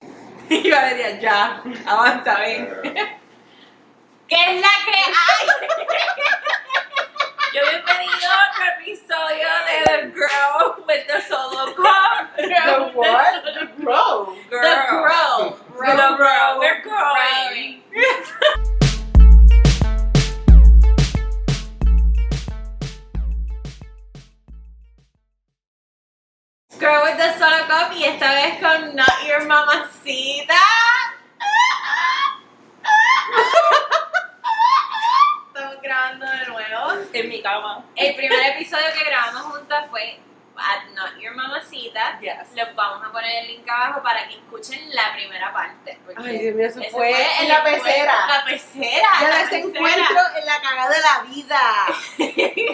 Y yo diría, ya, avanza, ven. ¿Qué es la que hay? Yo bienvenido a otro episodio de The Grow with the Solo Club. The what? The bro. The Grow. Grow. The Grow. We're growing. Growing. Grow with the Solo Club y esta vez con Not Your Mamacita. Estamos grabando de nuevo. En mi cama. El primer episodio que grabamos juntas fue At Not Your Mamacita. Yes. Les vamos a poner el link abajo para que escuchen la primera parte. porque Ay, Dios mío, eso ese fue en la encuentro- pecera. La pecera. la Ya ese pecera. encuentro en la cagada de la vida.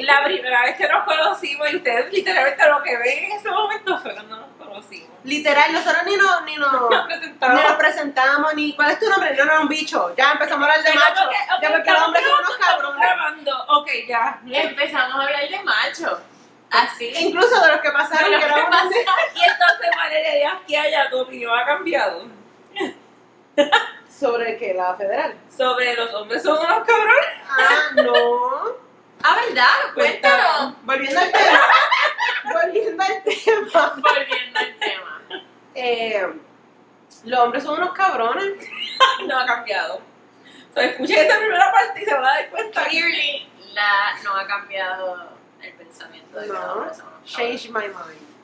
La primera vez que nos conocimos y ustedes literalmente lo que ven en ese momento fue cuando nos conocimos. Literal, nosotros ni nos, ni nos, Nos ni presentamos. nos presentamos, ni cuál es tu nombre, no, no, un bicho. Ya empezamos a hablar de Pero macho. porque- ok, Ya porque los estamos hombres son grabando, unos estamos cabrones. grabando. Ok, ya. Empezamos a hablar de macho. Así. Incluso de los que pasaron, Pero que ¿qué era pasa? un Y entonces Valeria Díaz que haya tu opinión ha cambiado ¿Sobre qué? ¿La federal? sobre los hombres son unos cabrones. Ah, no. Ah, ¿verdad? Cuéntanos. Volviendo al tema. Volviendo al tema. Volviendo al tema. Eh, los hombres son unos cabrones. No ha cambiado. O sea, escuchen esa primera parte y se van a dar cuenta. Clearly, la, no ha cambiado el pensamiento de No. cada persona. Change my mind.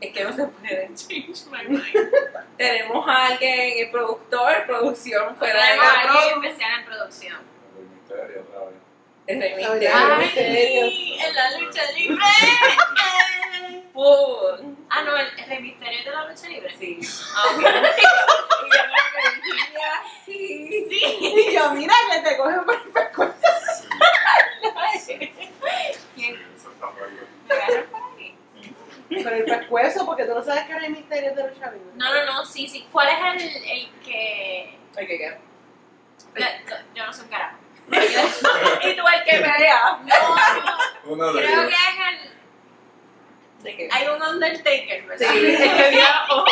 Es que no se puede. Change my mind. Tenemos a alguien, el productor, producción fuera de Tenemos a la Pero- alguien especial en producción. El misterio otra vez. Es el Ay, misterio. Ay, en la lucha libre. Pum. ah, no, el, el misterio de la lucha libre. Sí. Ah, ok. Y yo como que Virginia, sí. Sí. Y yo, mira que te coge por el pescuezo. ¿Quién? Eso está bueno. ¿Me agarran para mí? Por el pescuezo, porque tú no sabes que no hay misterios de lucha libre. No, no, no, sí, sí. ¿Cuál es el, el que.? Hay que quedar. la- la- yo no soy un carajo. y tú el que me. Pelea. No, no. Uno de Creo ellos. que es el. ¿De qué? Hay un Undertaker, Sí, ¿verdad? es que vi a- ojo.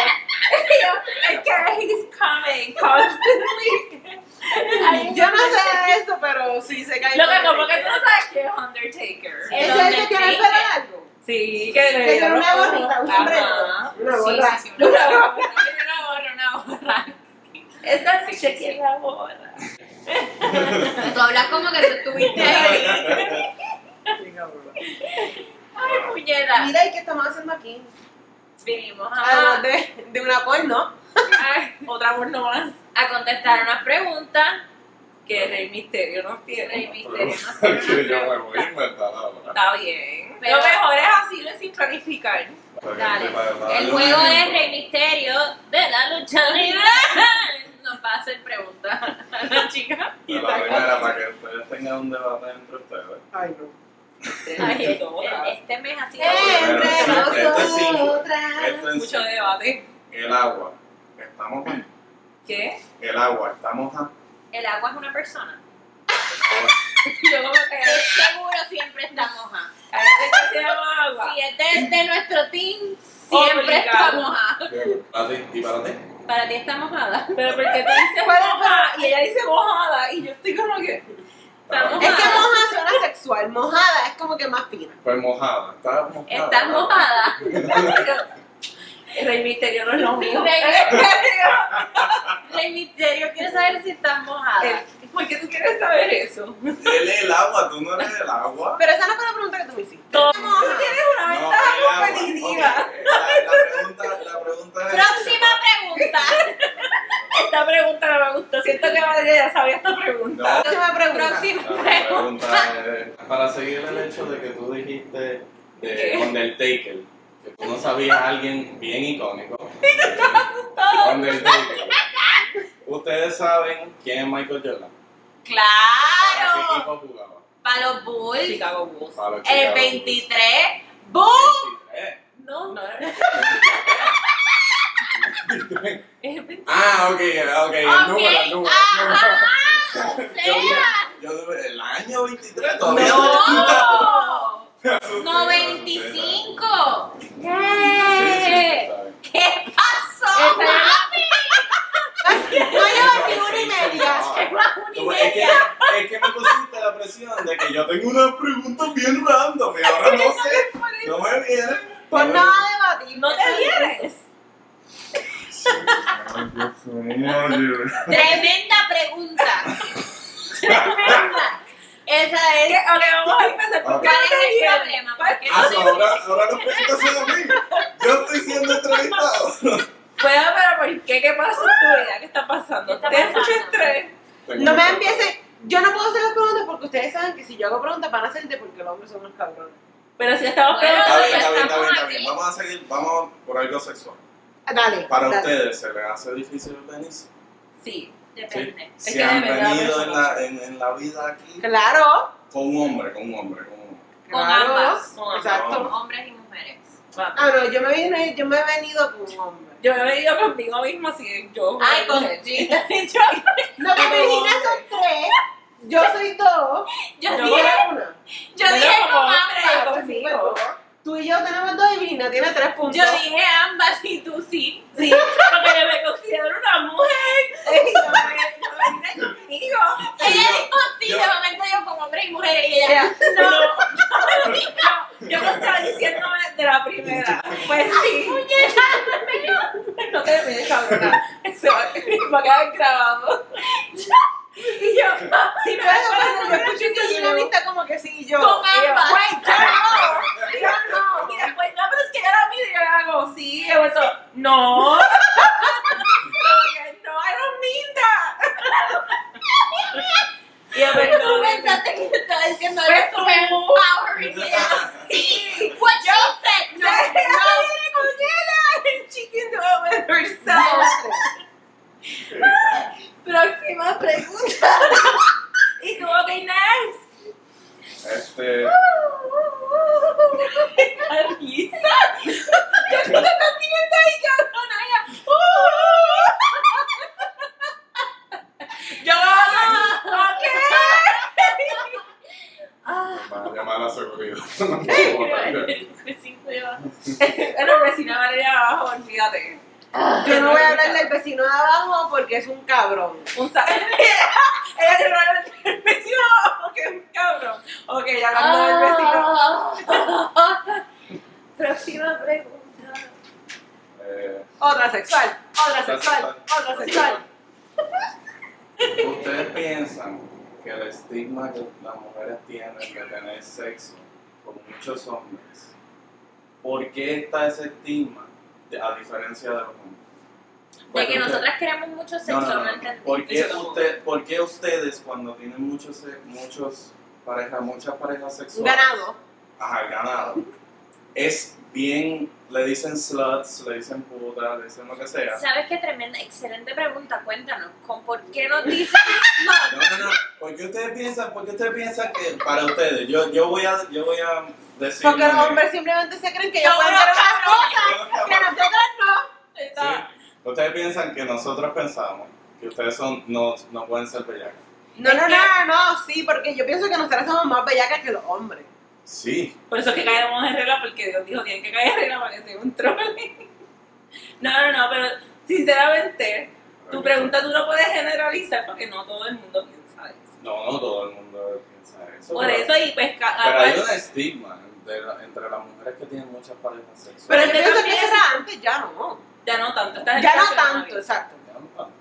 Es que he's coming constantly. Hay un- Yo no sé de eso, pero sí sé que hay. Lo que como que tú no sabes que es Undertaker. Sí. ¿Ese es el que tiene el pelo largo? Sí, que le Que tiene dieron una los gorrita, un ojos. sombrero. Ajá. Una Sí, gorra. sí, sí, una borra. Una borra, una borra. Esa es Sí, sí, sí. la borra. Tú hablas como que tú estuviste ahí. Ay, puñeta. Mira, ¿y qué estamos haciendo aquí? Vinimos Además a, de, de una porno. Ay, Otra porno más a contestar unas preguntas. que Rey Misterio nos Rey tiene. Misterio nos Pero- tiene que yo unas me voy a inventar ahora. Está bien. Pero- Lo mejor es así, de sin planificar. Dale. Para- El juego es Rey Misterio de la lucha libre. Nos va a hacer preguntas a la chica. Pero La primera, para que ustedes tengan un debate entre ustedes. Ay, no. Ay, Mucho este, debate. este mes ha Eh, sido Entre Entre Pero sí, este sí. nosotras. Esto en sí, Mucho debate. el agua. Estamos a- ¿Qué? El agua, estamos a. El agua es una persona. Seguro siempre está moja. A veces que se llama agua. Si es de, de nuestro team, siempre está Obligado. mojada. Para ti, ¿Y para ti? Para ti está mojada. Pero porque tú dices Bueno, moja y ella dice mojada y yo estoy como que. Para Estamos ti. Es que moja suena sexual, mojada es como que más fina. Pues mojada. Estás mojada. Está mojada. El rey misterio no es lo mío. El misterio quiere saber si está mojada. El- ¿Por qué tú quieres saber eso? Él es el agua, tú no eres el agua. Pero esa no fue la pregunta que tú me hiciste. Tú Moja. tienes una No, ventaja el agua. competitiva. Ok, La la pregunta, la pregunta es. Próxima pregunta. Esta pregunta no me gustó. Siento que Valeria ya sabía esta pregunta. No. Próxima pregunta. Próxima La pregunta. pregunta es, para seguir el hecho de que tú dijiste de ¿Qué? Undertaker, que tú no sabías a alguien bien icónico. Undertaker. Ustedes saben quién es Michael Jordan. ¿Para qué Claro. equipo jugaba? Para los Bulls. Chicago Bulls. Para los El Chicago 23. ¡Boom! Bulls. Eh, No, no. Es el 23. Ah, ok, ok, el Ok, número, el número. ajá, Yo- sea. Yo, yo- el año 23 todavía. ¡No! Sí, 95. sí, sí, ¿Qué? está bien. ¿Qué pasó, Esa era- papi? yo tengo una pregunta bien random y ahora no sé. No me viene. Pues nada de batir. No te vieres. Ay, Dios mío, oye. Tremenda pregunta. Tremenda. Esa ¿Qué? es. Ok, vamos a empezar. ¿Por qué ¿Cuál no te es el vieres? problema? ¿Por qué Ah, no te no, ahora, ahora las preguntas son a mí. Yo estoy siendo entrevistado. Bueno, pero ¿por qué? ¿Qué pasó en tu vida? ¿Qué está ¿Qué pasando? está Tienes mucho pasando? estrés. No me empiecen. Yo no puedo hacer las preguntas porque ustedes saben que si yo hago preguntas van a ser de porque los hombres son unos cabrones. Pero si estamos Bueno, Está preguntando. bien, está bien, está Estamos bien, está bien. aquí. Vamos a seguir, vamos por algo sexual. Ah, Dale. Para dale. ustedes, ¿se les hace difícil el tenis? Sí. Depende. Si que han de verdad venido me en la, en, en la vida aquí Claro. con un hombre, con un hombre, con un hombre. Con claro. ambas, con ambas. Exacto. Hombres y mujeres. Ah, no, yo me, vine, yo me he venido con un hombre. Yo me he ido conmigo mismo así. Yo. Ay, con Yo- sí. No, que Como Virginia son tres. Yo soy dos. Yo tú dije, eres una. yo Yo dije como con hombre, ambas. yo Ah, sí, conmigo. pero Tú y yo tenemos dos y Virginia tiene tres puntos. Yo dije ambas y tú sí. Sí, porque yo me considero una mujer. Yo me- yo me vine conmigo. Ella dijo sí, yo- de momento yo con hombres y mujeres y ella. No, no, yo me estaba diciendo de la primera. Pues sí. No te ríes, cabrona. Se va, va a quedar grabado. Y yo, sí, me Pero cuando acuerdo, yo escuché que ese Gina video. está como que sí y yo. Con y yo, ambas. "Güey, Y yo, no. Y después, pues, no, pero es que yo era mi y yo hago, sí, he vuelto, no. Como que, no, I don't mean that. Y yo, Pero tú perdón. pensaste que yo estaba diciendo Pero algo tú- como empowering. y ella, Sí. What you said. No, no. Chicken to over herself. no". Próxima pregunta. y tú, ok, next. Este, La risa. Yo creo que estás viendo ahí, cabrona. ella, uh. Yo, ok. van a llamar a la seguridad. Bueno, vecina Valeria abajo, olvídate. Yo no voy a hablarle al vecino de abajo porque es un cabrón. Un sa- Ella le va el vecino abajo, que es un cabrón. Ok, ya hablando del vecino. Próxima pregunta. Eh, Otra sexual, otra Otra sexual, otra sexual. ¿Ustedes piensan que el estigma que las mujeres tienen de tener sexo con muchos hombres, ¿por qué está ese estigma de- a diferencia de los hombres? De que Porque- nosotras queremos mucho sexo, No, no, no, no, no. entendí. ¿Por, qué Eso tampoco. usted- por qué ustedes cuando tienen muchos, se- muchos parejas, muchas parejas Un sexuales, ganado. ajá, ganado, es bien, le dicen sluts, le dicen puta, le dicen lo que sea. ¿Sabes qué tremenda? Excelente pregunta. Cuéntanos. ¿Con por qué nos dicen no? No, no, no. ¿Por qué ustedes piensan, por qué ustedes piensan que para ustedes, yo, yo voy a, yo voy a decir. Porque los hombres simplemente se creen que ellos Son pueden unos hacer unas cosas que Sí. nosotros no. Ustedes piensan que nosotros pensamos que ustedes son, no, no pueden ser bellacas. No, no, no, no, sí, porque yo pienso que nosotras somos más bellacas que los hombres. Sí. Por eso es que caemos en regla, porque Dios dijo, tienen que caer en regla para que sea un troll. No, no, no, pero sinceramente, tu pregunta tú lo puedes generalizar porque no todo el mundo piensa eso. No, no todo el mundo piensa eso. Por pero, eso, y pues, ca- pero hay aparte- un estigma de la- entre las mujeres que tienen muchas parejas sexuales. Pero yo Pero pienso que también- eso era antes, ya no. ya no tanto. esta Ya no generación tanto, exacto. Ya no tanto.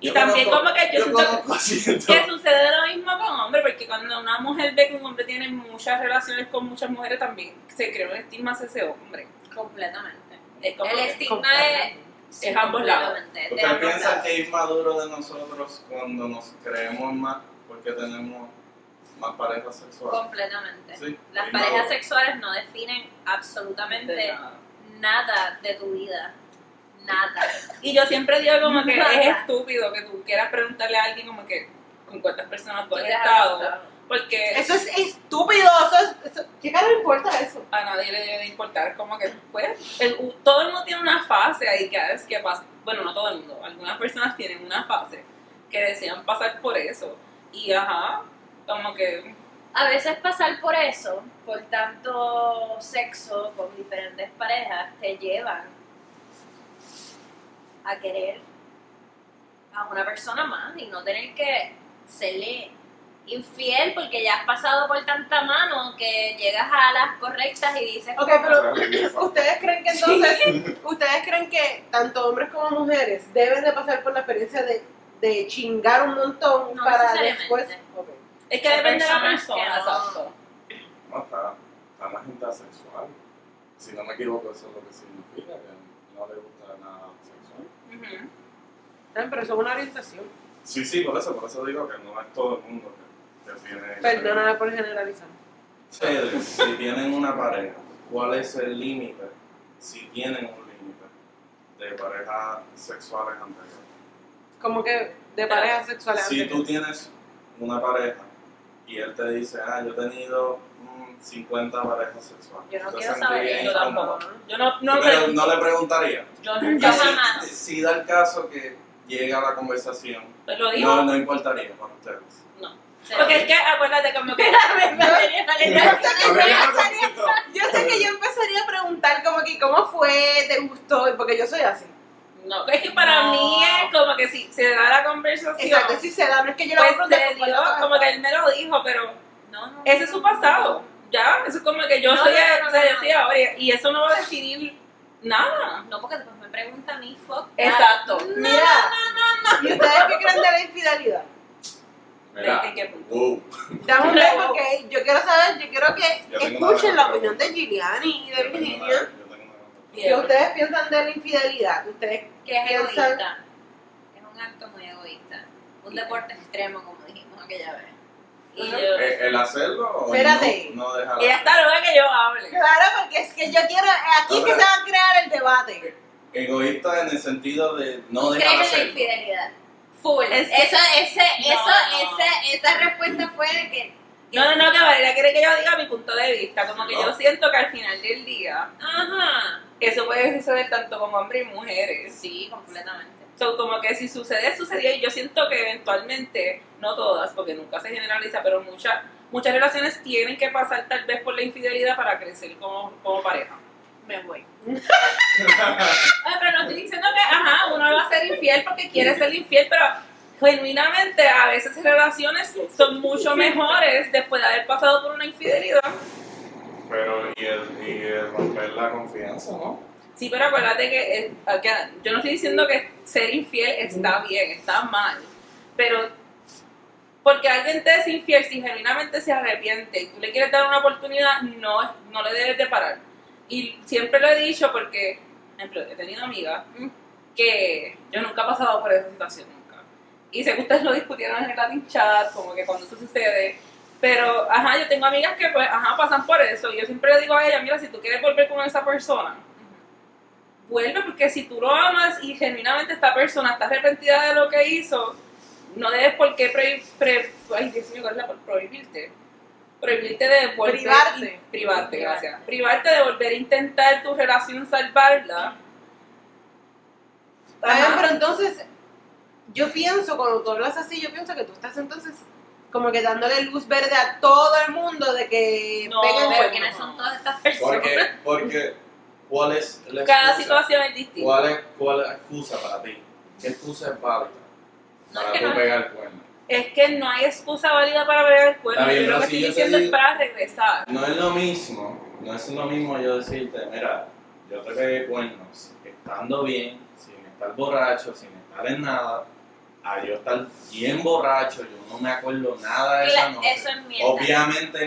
Y Yo también conozco- como que yo yo siento- conozco asientos. Que sucede lo mismo con hombres, porque cuando una mujer ve que un hombre tiene muchas relaciones con muchas mujeres, también se crea un estigma hacia ese hombre. Completamente. Es como El que- estigma de. Es ambos lados. completamente, de ¿Ustedes ambos piensan lados. que es maduro de nosotros cuando nos creemos más porque tenemos más parejas sexuales? Completamente. Sí, Las es parejas maduro. sexuales no definen absolutamente De nada. nada de tu vida. Nada. Y yo siempre digo como que Nada. es estúpido que tú quieras preguntarle a alguien como que con cuántas personas tú has Tú eres estado, adoptado. porque Eso es estúpido, eso es. eso- ¿Qué cara le importa eso? a nadie le debe de importar, como que pues el- u- todo el mundo tiene una fase ahí que es que pasa, bueno no todo el mundo, algunas personas tienen una fase que desean pasar por eso y ajá, como que A veces pasar por eso, por tanto sexo con diferentes parejas, te llevan a querer a una persona más y no tener que serle infiel porque ya has pasado por tanta mano que llegas a las correctas y dices, Ok, pero ustedes creen que entonces, ustedes creen que tanto hombres como mujeres deben de pasar por la experiencia de, de chingar un montón No para necesariamente. después. Ok. Es que depende de la personas que persona, no- exacto. No, está, está más gente asexual. Si no me equivoco, eso es lo que significa, que no le gusta nada sexual. "Ujú". Ah, Pero eso es una orientación. Sí, sí, por eso, por eso digo que no es todo el mundo que, que tiene... Perdóname por generalizar. Ustedes, si tienen una pareja, ¿cuál es el límite? Si tienen un límite de parejas sexuales anteriores. Como que de pareja sexual. Si tú tienes una pareja y él te dice, ah, yo he tenido mm, 50 parejas sexuales. Yo no te quiero sentirías saber, yo incómodo. tampoco. Yo no, no, Pero sé, no le preguntaría. yo Y no, Yo si- jamás. Si, da el caso que llega la conversación, lo digo. no, no importaría para ustedes. Porque es que acuérdate que me queda Yo sé que yo empezaría a preguntar como que cómo fue, te gustó, porque yo soy así. No, es que para No. mí es como que si se da la conversación, Exacto, si se da, no es que yo lo pues voy a te preguntar. dio, como que él me lo dijo, pero No, no, ese no, es su no. pasado, ya, eso es como que yo No, soy, no, no, o sea, no, yo no. soy ahora, y eso no va a definir nada. No, porque después me pregunta a mí, fuck. Exacto. Mira, ¿y ustedes qué creen de la infidelidad? Mira, uh. ¿Desde qué punto? wow, Dame un break porque yo quiero saber, yo quiero que Yo tengo una escuchen la pregunta. opinión de Giuliani y de yo tengo una- yo Virginia. tengo una pregunta. ¿Qué ustedes piensan de la infidelidad? ¿Ustedes Que es piensan- egoísta. Es un acto muy egoísta. Un deporte extremo, como dijimos aquella vez. Y Y yo- ¿El, Eh, el hacerlo o Espérate. no, no dejarlo? Y hasta luego que yo hable. Claro, porque es que yo quiero, aquí es que se va a crear el debate. Egoísta en el sentido de no creo dejar en la hacerlo. infidelidad. Full. Es- Eso, ese, No, eso, no. Esa, esa respuesta fue de que. No, no, no, que Valeria quiere que yo diga mi punto de vista, como que No. yo siento que al final del día, Ajá. eso puede suceder tanto con hombres y mujeres. Sí, completamente. So, como que si sucede, sucedió. Y yo siento que eventualmente, no todas, porque nunca se generaliza, pero muchas muchas relaciones tienen que pasar tal vez por la infidelidad para crecer como, como pareja. Me voy. Ah, pero no estoy diciendo que, ajá, uno va a ser infiel porque quiere ser infiel, pero genuinamente a veces esas relaciones son mucho mejores después de haber pasado por una infidelidad. Pero y el, y el romper la confianza, ¿no? Sí, pero acuérdate que, eh, que yo no estoy diciendo que ser infiel está bien, está mal, pero porque alguien te es infiel, si genuinamente se arrepiente y tú le quieres dar una oportunidad, no, no le debes de parar. Y siempre lo he dicho porque, por ejemplo, he tenido amigas que yo nunca he pasado por esa situación, nunca. Y sé que ustedes lo discutieron en el Latin chat, como que cuando eso sucede, pero, ajá, yo tengo amigas que, pues, ajá, pasan por eso. Y yo siempre le digo a ella, mira, si tú quieres volver con esa persona, vuelve porque si tú lo amas y genuinamente esta persona está arrepentida de lo que hizo, no debes por qué pre, pre- ay, Dios mío, ¿cuál es la pal- prohibirte. Prohibirte de volver. Privarte. y- privarte, gracias. Privarte de volver a intentar tu relación salvarla. Está bien, Ajá. pero entonces, yo pienso, cuando tú hablas así, yo pienso que tú estás entonces como que dándole luz verde a todo el mundo de que No, vengan Pero con- ¿quiénes son todas estas personas? Porque, porque ¿cuál es la Cada excusa? situación es distinta. ¿Cuál es, ¿Cuál es la excusa para ti? ¿Qué excusa es válida No, para es que tú no. pegar el cuerno? Es que no hay excusa válida para ver el cuerpo. Está bien, yo lo pero que si estoy yo te diciendo es digo- para regresar. No es lo mismo, no es lo mismo yo decirte, mira, yo te pegué cuernos estando bien, sin estar borracho, sin estar en nada, a yo estar bien borracho, yo no me acuerdo nada de esa Cla- noche. Eso es mierda. Obviamente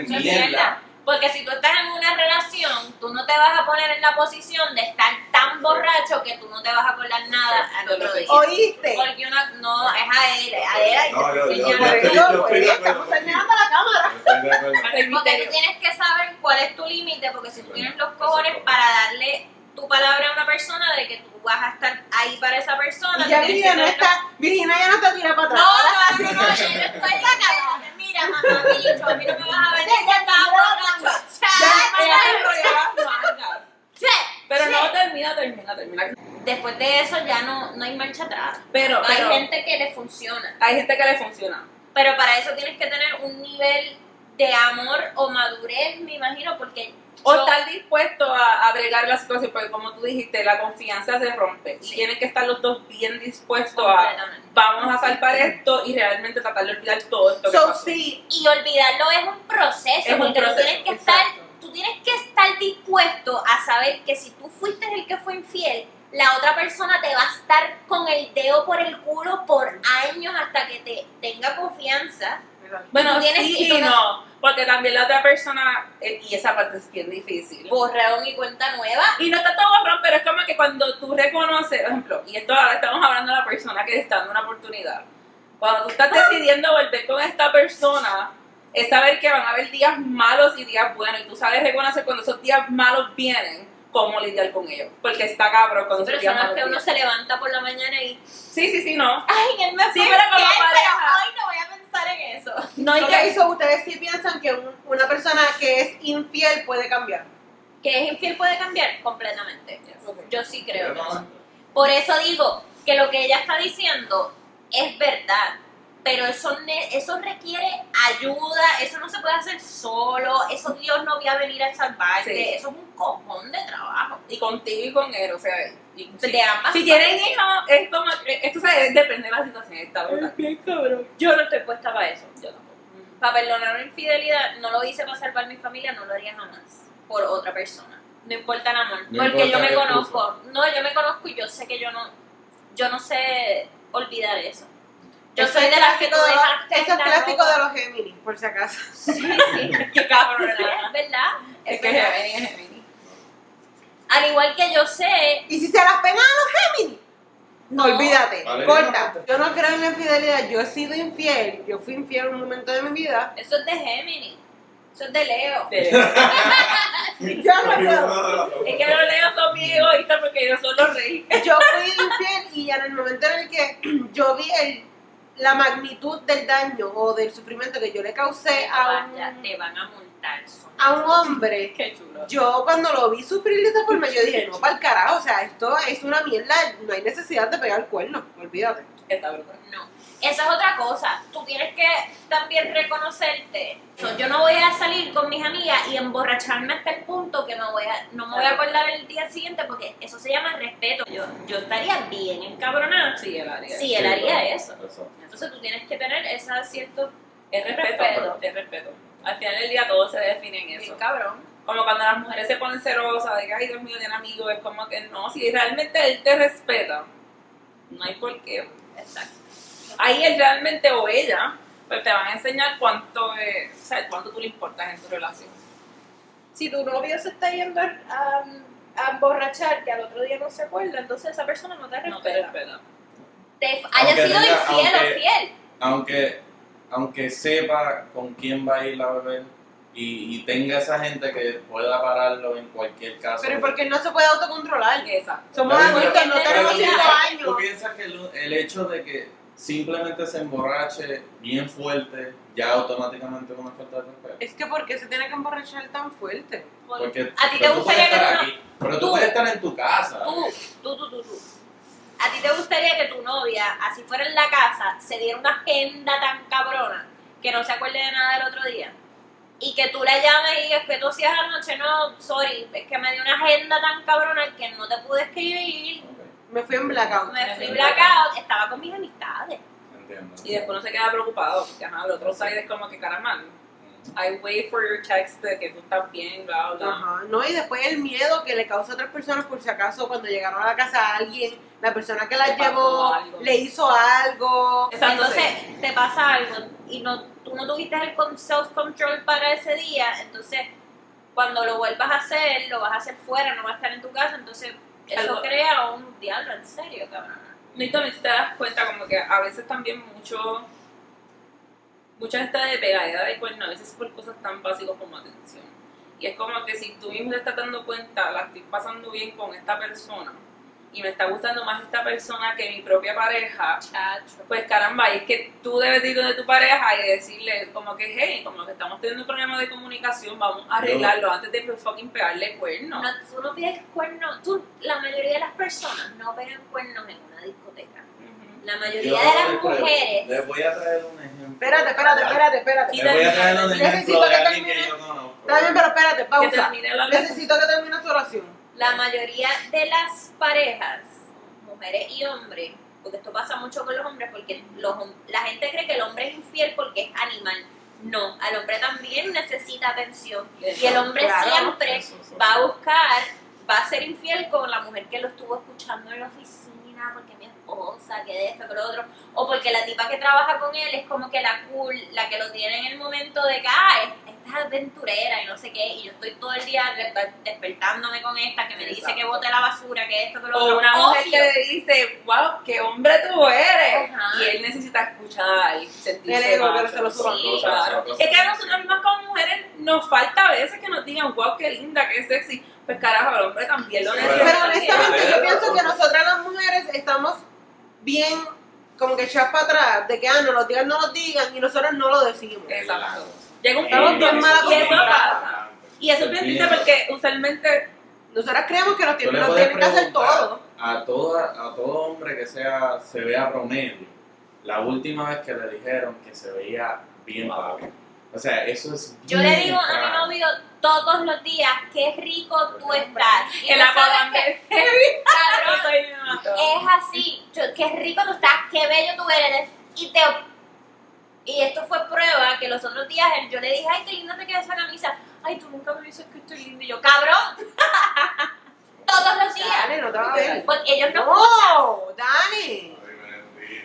Eso es mierda. mierda. Porque si tú estás en una relación, tú no te vas a poner en la posición de estar tan borracho que tú no te vas a acordar nada al otro día. ¿Oíste? Porque una, no, es a él, es a él, ahí No, te yo- yo- enseñan. Por estoy- eso, pues, yo estoy de acuerdo estamos contigo. señalando a la cámara. Estoy de acuerdo. Para el Pues, Porque misterio. tú tienes que saber cuál es tu límite, porque si tú tienes los Bueno, cojones exacto. para darle tu palabra a una persona de que tú vas a estar ahí para esa persona, Y ya tú tienes Virginia que no tener- está, Virginia ya no está tirada para No, atrás. no, no, no, no, yo no estoy en la calle. Mira, mamá, bicho, a mí no me vas a ver que estaba borracho. Ella Chao, se enrolla las mangas. chao. Pero no termina, termina, termina. Después de eso ya no, no hay marcha atrás. Pero, Hay pero gente que le funciona, hay gente que le funciona. pero para eso tienes que tener un nivel de amor o madurez, me imagino, porque O yo- estar dispuesto a, a bregar la situación, porque como tú dijiste, la confianza se rompe. Y Sí. tienen que estar los dos bien dispuestos a, completamente. vamos a salvar esto y realmente tratar de olvidar todo esto. que So, pasó. sí. Y olvidarlo es un proceso, Es un porque tú proceso, tienes que exacto. estar, tú tienes que estar dispuesto a saber que si tú fuiste el que fue infiel, la otra persona te va a estar con el dedo por el culo por años hasta que te tenga confianza. Bueno, Tú tienes- sí y tú y no, porque también la otra persona, eh, y esa parte es bien difícil. Borraron mi cuenta nueva. Y no está todo borrón, pero es como que cuando tú reconoces, por ejemplo, y esto ahora estamos hablando de la persona que te está dando una oportunidad, cuando tú estás Ah. decidiendo volver con esta persona, es saber que van a haber días malos y días buenos, y tú sabes reconocer cuando esos días malos vienen, cómo lidiar con ellos, porque está cabrón cuando esos días Personas malos que uno vienen. se levanta por la mañana y, Sí, sí, sí, no. ay, él me Sí, fue pero como infiel, pareja. pero hoy no voy a pensar en eso. No hay Ok, que... so, ustedes sí piensan que un- una persona que es infiel puede cambiar. Que es infiel puede cambiar completamente. Ok. Yo sí creo. Yo en eso. no, Por eso digo que lo que ella está diciendo es verdad, pero eso, ne- eso requiere ayuda, eso no se puede hacer solo, eso Dios no va a venir a salvarte, Sí. eso es un cojón de trabajo. Y contigo y con él, o sea... y- sí. De ambas Si tienen hijos, es como... Esto se- depende de la situación, está brutal. bien cabrón. Yo no estoy puesta para eso. Yo tampoco. Para perdonar una infidelidad, no lo hice para salvar mi familia, no lo haría jamás por otra persona. No importa el amor, No porque importa yo me el conozco. No, yo me conozco y yo sé que yo no, yo no sé olvidar eso. Yo Eso soy es de las que tú clásico de- dejaste Eso es la clásico ropa. de los Géminis, por si acaso. Sí, sí. Qué cabrón, ¿verdad? ¿Verdad? Es que verdad. Gemini es Gemini. Al igual que yo sé, Y si se las pegan a los Géminis, no, No. olvídate, Vale. corta. Yo no creo en la infidelidad, yo he sido infiel, yo fui infiel en un momento de mi vida. eso es de Géminis. Eso es de Leo. Yo no creo. Es que los leos son bien egoístas porque ellos son los reyes. Yo fui infiel y en el momento en el que yo vi el- la magnitud del daño o del sufrimiento que yo le causé Te a van- ya un, te van a montar. son. a un hombre, Qué chulo. yo cuando lo vi sufrir de esa forma, yo dije, no, para el carajo, o sea, esto es una mierda, no hay necesidad de pegar el cuerno, olvídate. Está brutal. No. Esa es otra cosa. Tú tienes que también reconocerte. So, yo no voy a salir con mis amigas y emborracharme hasta el punto que me voy a, no me voy a acordar el día siguiente porque eso se llama respeto. Yo, yo estaría bien encabronada Sí, el área. si él haría eso. Exacto. Entonces tú tienes que tener esa cierto Es respeto, Respeto. es respeto. Al final del día todo se define en bien eso. cabrón. Como cuando las mujeres se ponen celosas de que, ay, Dios mío, tiene amigos, es como que no, si realmente él te respeta, no hay por qué. Exacto. Ahí él realmente o ella, pues te van a enseñar cuánto, eh, o sea, cuánto tú le importas en tu relación. si tu novio se está yendo a, a- a emborrachar que al otro día no se acuerda, entonces esa persona no te respeta. No te respeta. Te haya Aunque sido tenga- infiel aunque- o fiel. aunque, aunque sepa con quién va a ir a beber y, y tenga esa gente que pueda pararlo en cualquier caso. Pero ¿y por qué no se puede autocontrolar? Exacto. Somos Pero- adultos, no pero- tenemos pero- cinco años. ¿Tú piensas que el, el hecho de que simplemente se emborrache bien fuerte ya automáticamente es una falta de respeto? Es que ¿por qué se tiene que emborrachar tan fuerte? Porque a ti te pero tú gustaría puedes estar que aquí, pero tú, tú- puedes estar en tu casa. Tú, tú, tú, tú, tú. ¿A ti te gustaría que tu novia, así fuera en la casa, se diera una agenda tan cabrona que no se acuerde de nada del otro día? Y que tú la llames y digas que tú hacías anoche, no, sorry, es que me dio una agenda tan cabrona que no te pude escribir, Ok, Me fui en blackout. me fui blackout, estaba con mis amistades. entiendo. Y después uno se queda preocupado, porque ajá, el otro side es como que caramán. I wait for your text de que tú estás bien, bla, bla. Ajá, no, y después el miedo que le causa a otras personas por si acaso cuando llegaron a la casa a alguien, la persona que la Le pasó llevó algo. le hizo algo. Exacto, Entonces te pasa algo y no, tú no tuviste el con- self-control para ese día, entonces cuando lo vuelvas a hacer, lo vas a hacer fuera, no va a estar en tu casa, entonces eso Algo. crea un diablo, en serio, cabrón. No, y también te das cuenta como que a veces también mucho, mucha gente de pegadera de cuerno, a veces por cosas tan básicas como atención. Y es como que si tú mismo te estás dando cuenta, la estoy pasando bien con esta persona y me está gustando más esta persona que mi propia pareja, Chacho. pues caramba, y es que tú debes de ir donde tu pareja y decirle como que, hey, como que estamos teniendo un problema de comunicación, vamos a arreglarlo antes de fucking pegarle cuerno. No, tú no pegas cuernos, tú, la mayoría de las personas no pegan cuernos en una discoteca. Ujú. La Yo mayoría de las les traigo- mujeres, Les voy a traer un ejemplo. Espérate, espérate, espérate, espérate. Les voy a traer un Necesito ejemplo de que alguien que termine. yo conozco. Está bien, pero espérate, Que pausa. termine la Necesito que termine tu oración. la mayoría de las parejas, mujeres y hombres, porque esto pasa mucho con los hombres, porque los, hom- la gente cree que el hombre es infiel porque es animal. No, al hombre también necesita atención. Y el hombre Claro. siempre Eso, eso, va a buscar, va a ser infiel con la mujer que lo estuvo escuchando en la oficina, porque mi esposa, que de esto, que lo otro, o porque la tipa que trabaja con él es como que la cool, la que lo tiene en el momento de que, ah, es- esta es aventurera y no sé qué, y yo estoy todo el día re- despertándome con esta, que me dice Exacto. que bote la basura, que esto, que lo O otro. una mujer Obvio. que le dice, wow, qué hombre tú eres. Ajá. Y él necesita escuchar, El sentirse ego, macho. pero se lo suban. Sí, Otra cosa, Claro. otra cosa. Es que a nosotros mismas como mujeres nos falta a veces que nos digan, wow, qué linda, qué sexy. Pues carajo, el hombre también lo Sí, necesita. Pero honestamente yo Pero- pienso que nosotras las mujeres estamos bien como que echadas para atrás de que ah, no nos digan, no nos digan y nosotros no lo decimos. Exacto. Llega un Estamos punto bien mal y eso acostumbrados. pasa. Y eso es bien triste porque usualmente Nosotras creemos que nos Tú tienen, le nos puedes tienen que hacer preguntar todo. A, toda, a todo hombre que sea, se vea promedio, la última vez que le dijeron que se veía bien papi. O sea, eso es Yo bien le digo a mi raro. novio todos los días, qué rico tú estás. Y el tú sabes apagón que- de heavy. cabrón, Soy mi mamá. es así. Yo, qué rico tú estás, qué bello tú eres. Y te y esto fue prueba que los otros días él- yo le dije, ay, qué linda te queda esa camisa. Ay, tú nunca me dices que estoy linda. Y yo, cabrón. Todos los días. Dale, no te va a ver. Porque ellos no, No, Dani.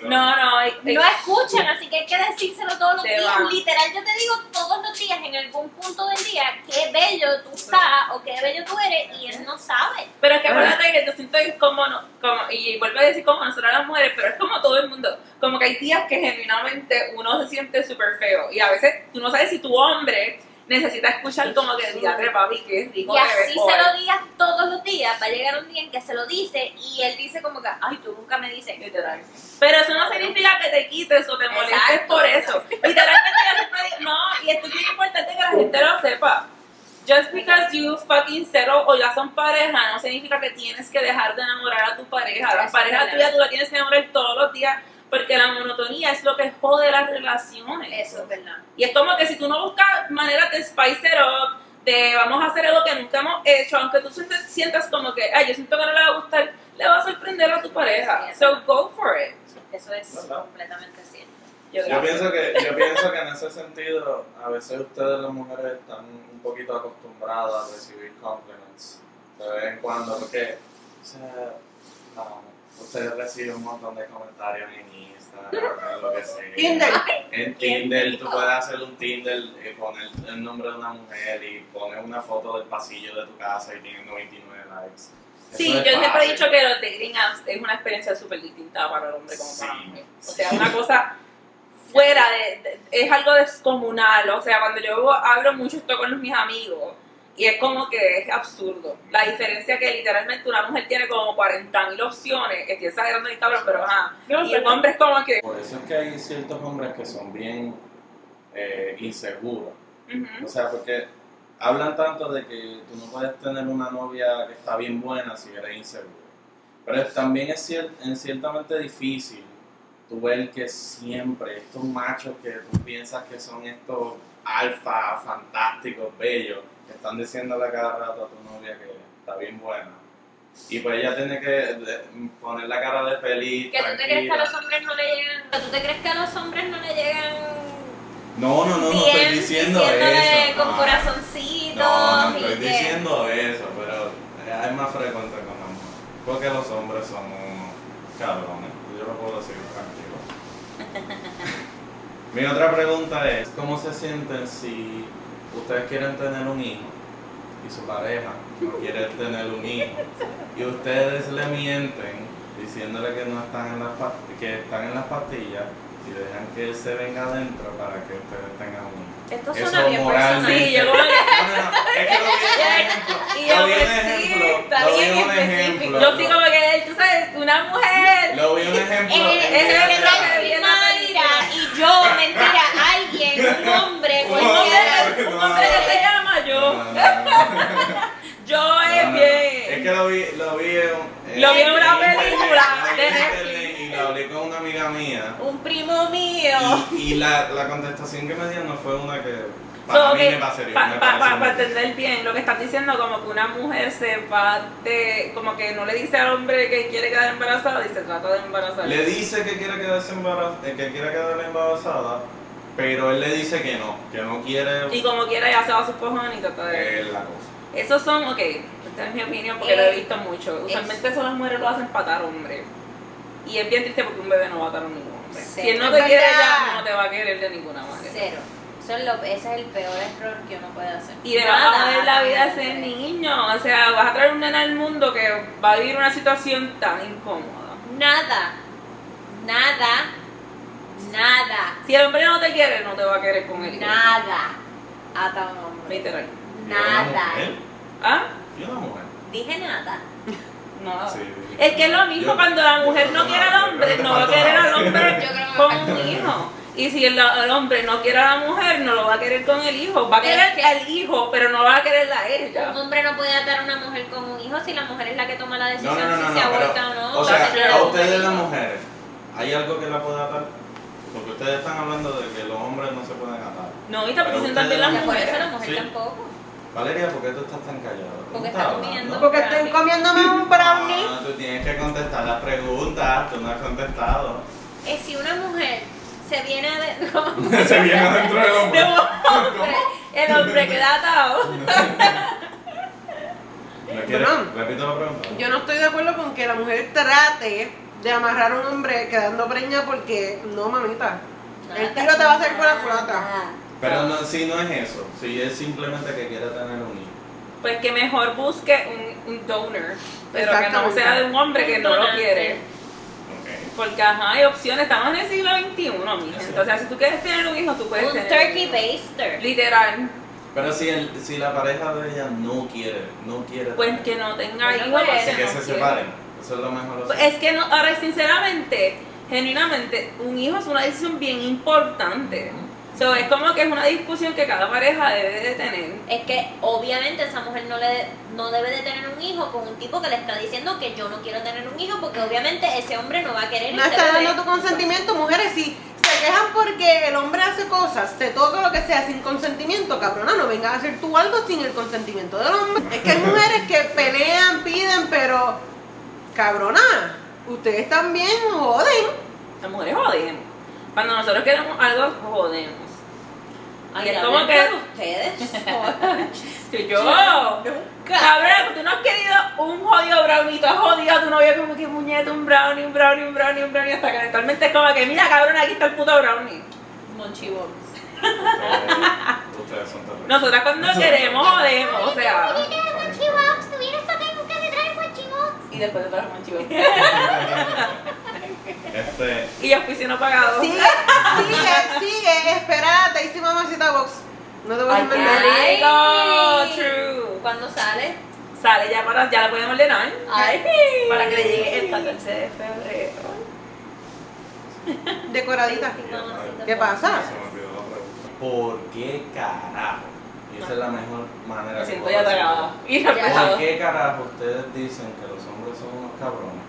No, no, es- no escuchan, así que hay que decírselo todos los Te días. van. Literal, yo te digo todos los días, en algún punto del día, qué bello tú estás o qué bello tú eres. Y él no sabe. Pero es que acuérdate que yo siento que es como, no- como, y vuelvo a decir como nosotras las mujeres, pero es como todo el mundo. Como que hay días que genuinamente uno se siente súper feo. Y a veces tú no sabes si tu hombre necesita escuchar como que diadre papi, que es rico. Y te así ves se hoy". lo digas todos los días, va a llegar un día en que se lo dice y él dice como que, ay, tú nunca me dices. Literal. Pero eso no significa que te quites o te molestes Exacto. por eso. Literalmente yo siempre digo, no, y esto es bien importante que la gente lo sepa. Just because you fucking settle o ya son pareja, no significa que tienes que dejar de enamorar a tu pareja. La Eso pareja es tuya tú la tienes que enamorar todos los días porque la monotonía es lo que jode las relaciones. Eso es verdad. Y es como que si tú no buscas maneras de spice it up, de vamos a hacer algo que nunca hemos hecho, aunque tú sientes, sientas como que, ay, yo siento que no le va a gustar, le va a sorprender a tu pareja. So go for it. Eso es ¿Verdad? completamente cierto. Yo Yo creo. pienso, que, yo pienso que en ese sentido, a veces ustedes las mujeres están un poquito acostumbradas a recibir compliments de vez en cuando, porque o sea, no, ustedes reciben un montón de comentarios en Instagram, en lo que sea. Tinder. En Tinder, tú puedes hacer un Tinder, eh, poner el nombre de una mujer y poner una foto del pasillo de tu casa y tiene 99 likes. Eso Sí, es yo siempre he fácil. dicho que los de Green Apps es una experiencia súper distinta para el hombre como para la Sí. mujer. O sea, una cosa fuera de, de- Es algo descomunal. O sea, cuando yo abro mucho esto con los- mis amigos y es como que es absurdo. La diferencia que literalmente una mujer tiene como 40.000 opciones. Estoy exagerando el cabrón, pero ajá. Y el hombre es como que... Por eso es que hay ciertos hombres que son bien eh, inseguros. O ujú, sea, porque hablan tanto de que tú no puedes tener una novia que está bien buena si eres inseguro. Pero es- también es, cier- es ciertamente difícil tú ver que siempre estos machos que tú piensas que son estos alfa, fantásticos, bellos, que están diciéndole a cada rato a tu novia que está bien buena. Y pues ella tiene que de- poner la cara de feliz. Que tú te crees que a tranquila. los hombres no le llegan, que tú te crees que a los hombres no le llegan No, no, no, no estoy bien diciendo diciéndole eso. con no. corazoncitos No, no y estoy que- diciendo eso, pero es más frecuente con las mujeres. Porque los hombres son unos cabrones. Yo lo puedo decir tranquilo. Mi otra pregunta es, ¿cómo se sienten si ustedes quieren tener un hijo y su pareja no quiere tener un hijo y ustedes le mienten diciéndole que no están en las past- que están en las pastillas y dejan que él se venga adentro para que ustedes tengan un hijo? Esto Eso suena bien moralmente. personal. Sí, yo como que... No, no, no, es que lo Y yo vi en un ejemplo. Lo vi que en un sí, ejemplo. está Lo vi bien en un específico. ejemplo. Yo sí como que, tú sabes, una mujer... Lo vi en un ejemplo. Eh, en ese es el que Viagra. ejemplo. Nancy Mayra y yo, mentira, alguien, un hombre, Un Un hombre, cualquiera. un hombre que se llama No, yo. no, no, no. Yo No, es no, no. Es bien. que lo vi, lo vi eh, en, Lo vi en una internet, película lo vi de en Netflix. internet Y lo hablé con una amiga mía. Un primo mío. Y, y la, la contestación que me dieron no fue una que Para So, mí que me pasaría, pa- me pa- pa- parece para muy entender bien lo que estás diciendo, como que una mujer se va de, como que no le dice al hombre que quiere quedar embarazada y se trata de embarazar. Le dice que quiere quedarse embarazada, que quiere quedar embarazada, pero él le dice que no, que no quiere Y como quiera ya se va a sus cojones y trata de... eh, la cosa. Esos son, ok, esta es mi opinión porque Eh, lo he visto mucho. Usualmente eso las mujeres lo hacen patar hombre. Y es bien triste porque un bebé no va a atar a ningún hombre. Sí, si él no es te quiere verdad. ya, no te va a querer de ninguna manera. Cero. Eso es lo- ese es el peor error que uno puede hacer. Y le vas a Nada, joder la vida a ese hombre. niño. O sea, vas a traer un nena al mundo que va a vivir una situación tan incómoda. Nada. Nada. Nada. Si el hombre no te quiere, no te va a querer con él. Nada. Ah, Ata un hombre. Literal. Nada. ¿eh? ¿Ah? Yo una mujer. Dije nada. No. Sí. Oh. Es que es lo mismo Yo- cuando la mujer yo- no quiere al hombre, yo- no va a querer al hombre Yo creo que con me un hijo. Y si el, el hombre no quiere a la mujer, no lo va a querer con el hijo. Va a Es querer que- al hijo, pero no va a querer a ella. Un hombre no puede atar a una mujer con un hijo si la mujer es la que toma la No, decisión no, no, no, si no, se pero, aborta o no. O si Entonces, sea, tiene a claro, ustedes las un hijo. mujeres, ¿hay algo que la pueda atar? Porque ustedes están hablando de que los hombres no se pueden atar. No, y te Pero presentan también ustedes las Que Por eso mujeres. la mujer Sí. tampoco. Valeria, ¿por qué tú estás tan callada? ¿Tú Porque estás está hablando? comiendo. Porque estoy comiéndome un brownie. No, tú tienes que contestar las preguntas, tú no has contestado. Es si una mujer se viene de. se viene adentro del hombre. De un hombre, el hombre queda atado. ¿Me quieres? Bueno. Repito la pregunta. Yo no estoy de acuerdo con que la mujer trate de amarrar a un hombre quedando preña porque no, mamita. El tiro te va a hacer por la culata. Pero no, si no es eso, si es simplemente que quiere tener un hijo. Pues que mejor busque un, un donor, pero que no Exactamente. sea de un hombre que no lo Donante. quiere. Ok. Porque ajá, hay opciones, estamos en el siglo XXI, mija. Sí. Entonces, si tú quieres tener un hijo, tú puedes Un tener. turkey un hijo. baster. Literal. Pero si, el, si la pareja de ella no quiere, no quiere. Pues tener- que no tenga Bueno, hijos. pues, porque Así que no se quiere. separen. Eso es lo mejor. Pues, Es que no, ahora sinceramente, genuinamente, un hijo es una decisión bien importante. So, es como que es una discusión que cada pareja debe de tener. Es que obviamente esa mujer no le no debe de tener un hijo con un tipo que le está diciendo que yo no quiero tener un hijo porque obviamente ese hombre no va a querer No ese está bebé. dando tu consentimiento, mujeres. Si se quejan porque el hombre hace cosas, te toca lo que sea sin consentimiento, cabrona, no vengas a hacer tú algo sin el consentimiento del hombre. Es que hay mujeres que pelean, piden, pero cabrona, ustedes también joden. Las mujeres jodemos. Cuando nosotros queremos algo, jodemos. Ay, Y es hablen como que- por ustedes. Que yo. Cabrón, tú no has querido un jodido brownie, tú has jodido a tu novia como que muñeca, un brownie, un brownie, un brownie, un brownie, hasta que eventualmente es como que, mira cabrón, aquí está el puto brownie. Monchibón. Ustedes, ustedes son terribles. Nosotras cuando queremos jodemos, o sea. Y después te traes un chivo. Este, Y yo fui si no pagado. Sigue, sigue, sigue, espérate, hice mamacita box. No te voy a Ay, qué inventar. rico, true. ¿Cuándo sale? Sale ya para, ya la podemos ordenar. Ay. Para que le llegue el 14 de febrero. Decoradita. Mamacita. ¿Qué pasa? se me olvidó la pregunta. ¿Por qué carajo? Y esa es la mejor manera Me que siento puedo ya decirlo. tragada. Y Ya. empezado. ¿Por qué carajo ustedes dicen que los hombres son unos cabrones?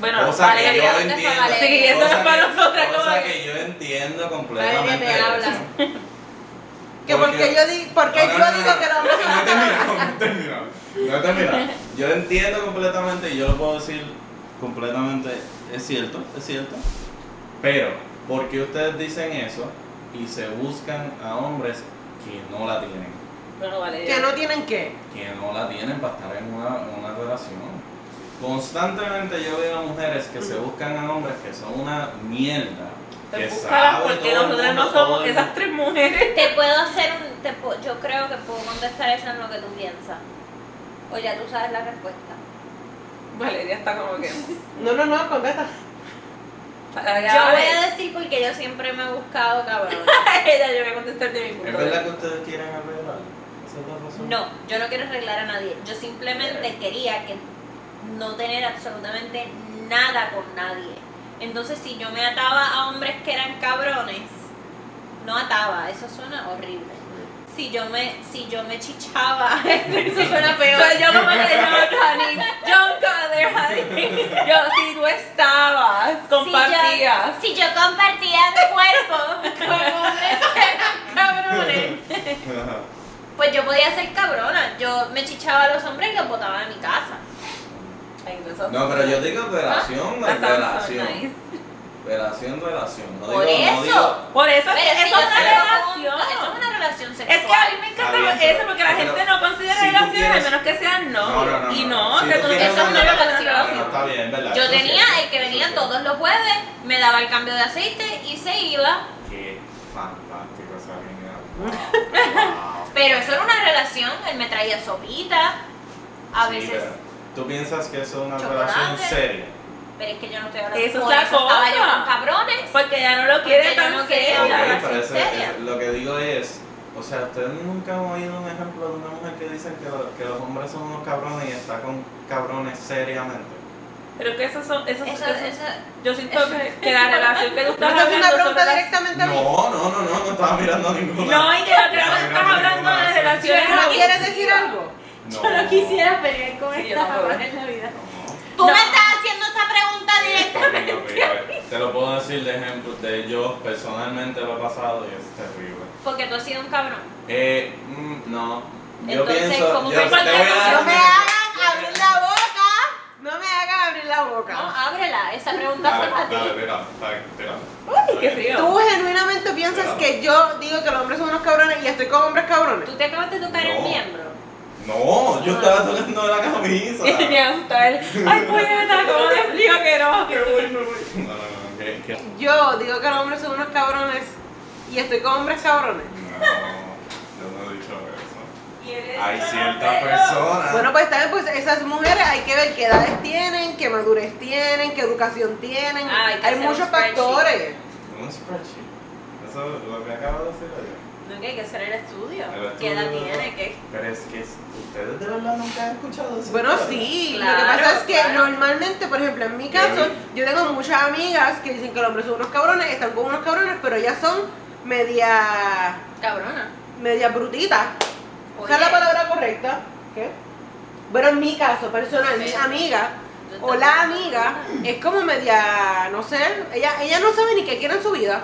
Bueno, cosa que yo Valeria. ¿dónde está entiendo. Valeria? Sí, eso cosa es para que- nosotras, como Cosa que- que yo entiendo Valeria, completamente. te hablas. Que porque yo digo, porque No, no, yo no, digo no. que los hombres No he terminado, no he terminado. No he terminado. Yo entiendo completamente y yo lo puedo decir completamente. Es cierto, es cierto. Pero, ¿por qué ustedes dicen eso y se buscan a hombres que no la tienen? Bueno, Valeria. que no tienen qué. que no la tienen para estar en una, una relación. Constantemente yo veo mujeres que se buscan a hombres que son una mierda. Que Pues búscalas sabe porque todo el nosotras no mundo, todo somos el esas tres mujeres. Te puedo hacer un. te pu- yo creo que puedo contestar eso en lo que tú piensas. O ya tú sabes la respuesta. Valeria está como que. No, no, no, contesta. Yo voy a decir porque yo siempre me he buscado cabrón. ella, yo voy a contestar de mi ¿Es punto de verdad que vista. ustedes quieren arreglar? ¿Esa es la razón? No, yo no quiero arreglar a nadie. Yo simplemente quería que no tener absolutamente nada con nadie. Entonces, si yo me ataba a hombres que eran cabrones, no ataba. Eso suena horrible. Si yo me, si yo me chichaba, eso suena O peor. sea, yo como que yo, honey, yo go there, honey. Yo, si tú estabas, Si yo- compartías. Si yo, compartía mi cuerpo con hombres que eran cabrones. cabrones. Pues yo podía ser cabrona. Yo me chichaba a los hombres y los botaba de mi casa. No, pero yo digo Ah, relación, That sounds so nice. relación. Relación, relación. No digo, Por no digo. eso. Por eso Pero es si yo otra se lo relación. pongo- Eso es una relación sexual. Es que a mí me encanta Está bien, eso pero- porque la pero gente no considera si tú relaciones quieres- a menos que sean No, no. no, no, Y no. no, Si que tú tú no quieres puedes una hablar de relación. Bueno, está bien, ¿verdad? Yo Eso es tenía cierto, el que eso es venía cierto. todos los jueves, me daba el cambio de aceite y se iba. Qué fantástico esa línea. Wow. Pero eso era una relación, él me traía sopita, a Sí, veces. pero ¿Tú piensas que eso es una Chocolate. relación seria? Pero es que yo no estoy hablando Eso es por la estaba yo cosa. con cabrones. Porque ya no lo quiere Porque ya tan no quería serio. una hablar. Ok, relación pero eso- seria. eso- lo que digo es, o sea, ustedes nunca han oído un ejemplo de una mujer que dice que, lo- que los hombres son unos cabrones y está con cabrones seriamente. Pero que esos son. Esos, Eso, esos- eso, yo siento que, que la relación que tú ¿Me estás estás haciendo hablando son una pregunta relaciones- directamente No, a mí? no, no, no, no estaba mirando ninguna. No, y que yo creo que estás hablando de relaciones. ¿No quieres abusivas. decir algo? No. pelear con Sí, yo esta tampoco. jamás en la vida. Tú No. me estás haciendo esa pregunta directa. No. Ok, ok, Te lo puedo decir de ejemplo de yo personalmente lo he pasado y es terrible. Porque tú has sido un cabrón. Eh, mm, no. Yo Entonces, pienso. ¿cómo Yo, que te voy a Ah, dar No un me ejemplo. hagan abrir la boca. No me hagan abrir la No, boca. ábrela, esa pregunta fue Dale, para dale, ti. espera, dale, espera. Ay, qué frío. ¿Tú genuinamente piensas Claro. que yo digo que los hombres son unos cabrones y estoy con hombres cabrones? Tú te acabas de tocar el No. miembro. No, yo estaba tocando la camisa. Y me asustaba él. Ay, pues, puñeta, ¿cómo te explico que no? No, no, no, que- que- Yo digo que los hombres son unos cabrones y estoy con hombres cabrones. No, yo no he dicho eso. Hay ciertas personas. Bueno, pues también pues esas mujeres hay que ver qué edades tienen, qué madurez tienen, qué educación tienen. Ah, hay que hay hacer un muchos spreadsheet. factores. Un spreadsheet. Eso es lo que acabo de decir yo. No que hay que hacer el estudio. El ¿Qué edad estudio. tiene? ¿Qué? Pero es que ustedes de verdad nunca han escuchado eso. Bueno, sí, lo que Claro, pasa es que claro. normalmente, por ejemplo, en mi caso, yo tengo muchas amigas que dicen que los hombres son unos cabrones, están con unos cabrones, pero ellas son media, Cabrona. media brutitas. ¿Cuál es la Oye, palabra correcta? ¿Qué? Bueno, en mi caso personal, mi Sí. amiga tú te- o la amiga es como media, no sé, ella, ella no sabe ni qué quiere en su vida.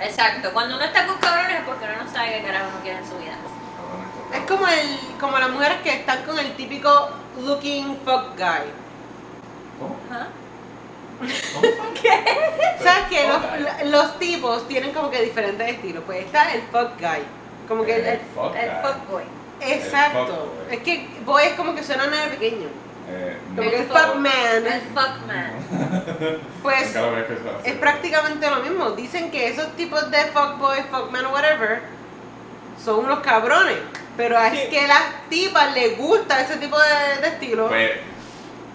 Exacto. Cuando uno está con cabrones es porque uno no sabe qué carajo uno quiere en su vida. Ah, Es como el, como las mujeres que están con el típico looking fuck guy. ¿Cómo? Ajá. ¿Cómo? ¿Qué? ¿Sabes que los, los tipos tienen como que diferentes estilos? Pues está el fuck guy. Como que el, El el- Eh, fuck El guy. fuckboy. exacto. fuck boy. es que boy es como que suena nada pequeño. Eh, Como El que el fuck- fuck El man. fuckman. Pues nunca lo había escuchado es decir. prácticamente lo mismo. Dicen que esos tipos de fuckboy, fuckman, whatever, son unos cabrones. Pero es que a las tipas les gusta ese tipo de, de estilo. Pues,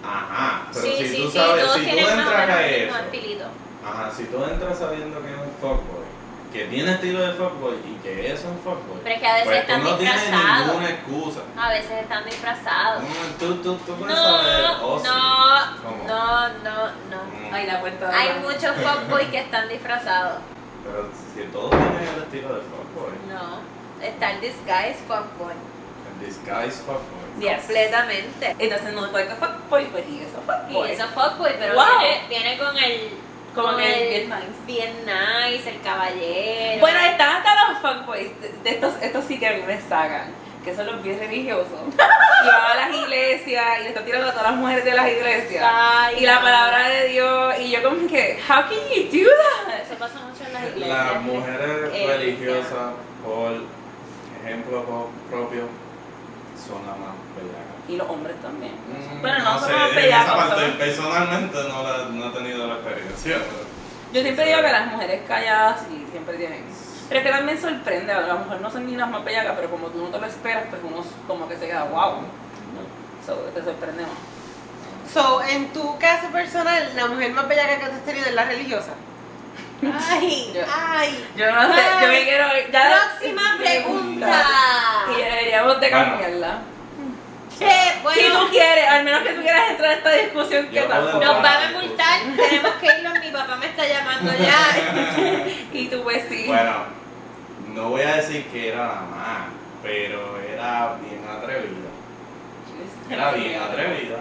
ajá. Pero Sí, si sí, tú sí. sabes, Todos si tú tienen más o entras menos a el mismo eso. estilito. Ajá, si tú entras sabiendo que es un fuckboy, que tiene estilo de fuckboy y que es un fuckboy, Pero es que a veces pues tú están no tienes disfrazados. ninguna excusa. A veces están disfrazados. Mm, Tú, tú, tú No, puedes saber, no, oh, sí. ¿Cómo? no, no, no. Mm, Ay, la puerta de Hay abajo. muchos fuckboys que están disfrazados. Pero si todos tienen el estilo de fuckboy, No. Está el disguise fuckboy. el disguise fuckboy. Yes. Completamente. Entonces no fue que fuckboy, pues y eso Y fuckboy. eso fuckboy, pero Wow. viene, viene con el. Como con que el bien nice. bien nice, el caballero. Bueno, están hasta los fuckboys. De, de estos, estos sí que a mí me sacan. Que son los bien religiosos. y van a las iglesias y le están tirando a todas las mujeres de las iglesias. Ay, Y la no. palabra de Dios. Y yo como que, how can you do that? Eso pasa mucho en las iglesias. Las mujeres Eh, religiosas, por ejemplo po- propio, son las más bellacas. Y los hombres también. Mm, Bueno, no sé, somos en bellacos, esa parte, somos- Personalmente no, la- no he tenido la experiencia. pero- Yo siempre digo que las mujeres calladas sí, siempre tienen. Pero es que también sorprende, a lo mejor no son ni las más bellacas, pero como tú no te lo esperas, pues uno como que se queda, wow. So, te sorprende más. So, en tu caso personal, la mujer más bellaca que tú has tenido es la religiosa. Ay, Yo- ay. Yo no sé, yo me quiero ir. Ya Próxima pregunta. Y eh, deberíamos de Bueno. cambiarla. Che, Si bueno, tú quieres, al menos que tú quieras entrar a esta discusión que Yo tampoco. puedo nos van a multar. Tenemos que irnos. Mi papá me está llamando ya. Y tú pues sí. Bueno, no voy a decir que era la más, Este, pero era bien atrevida. Era bien atrevida.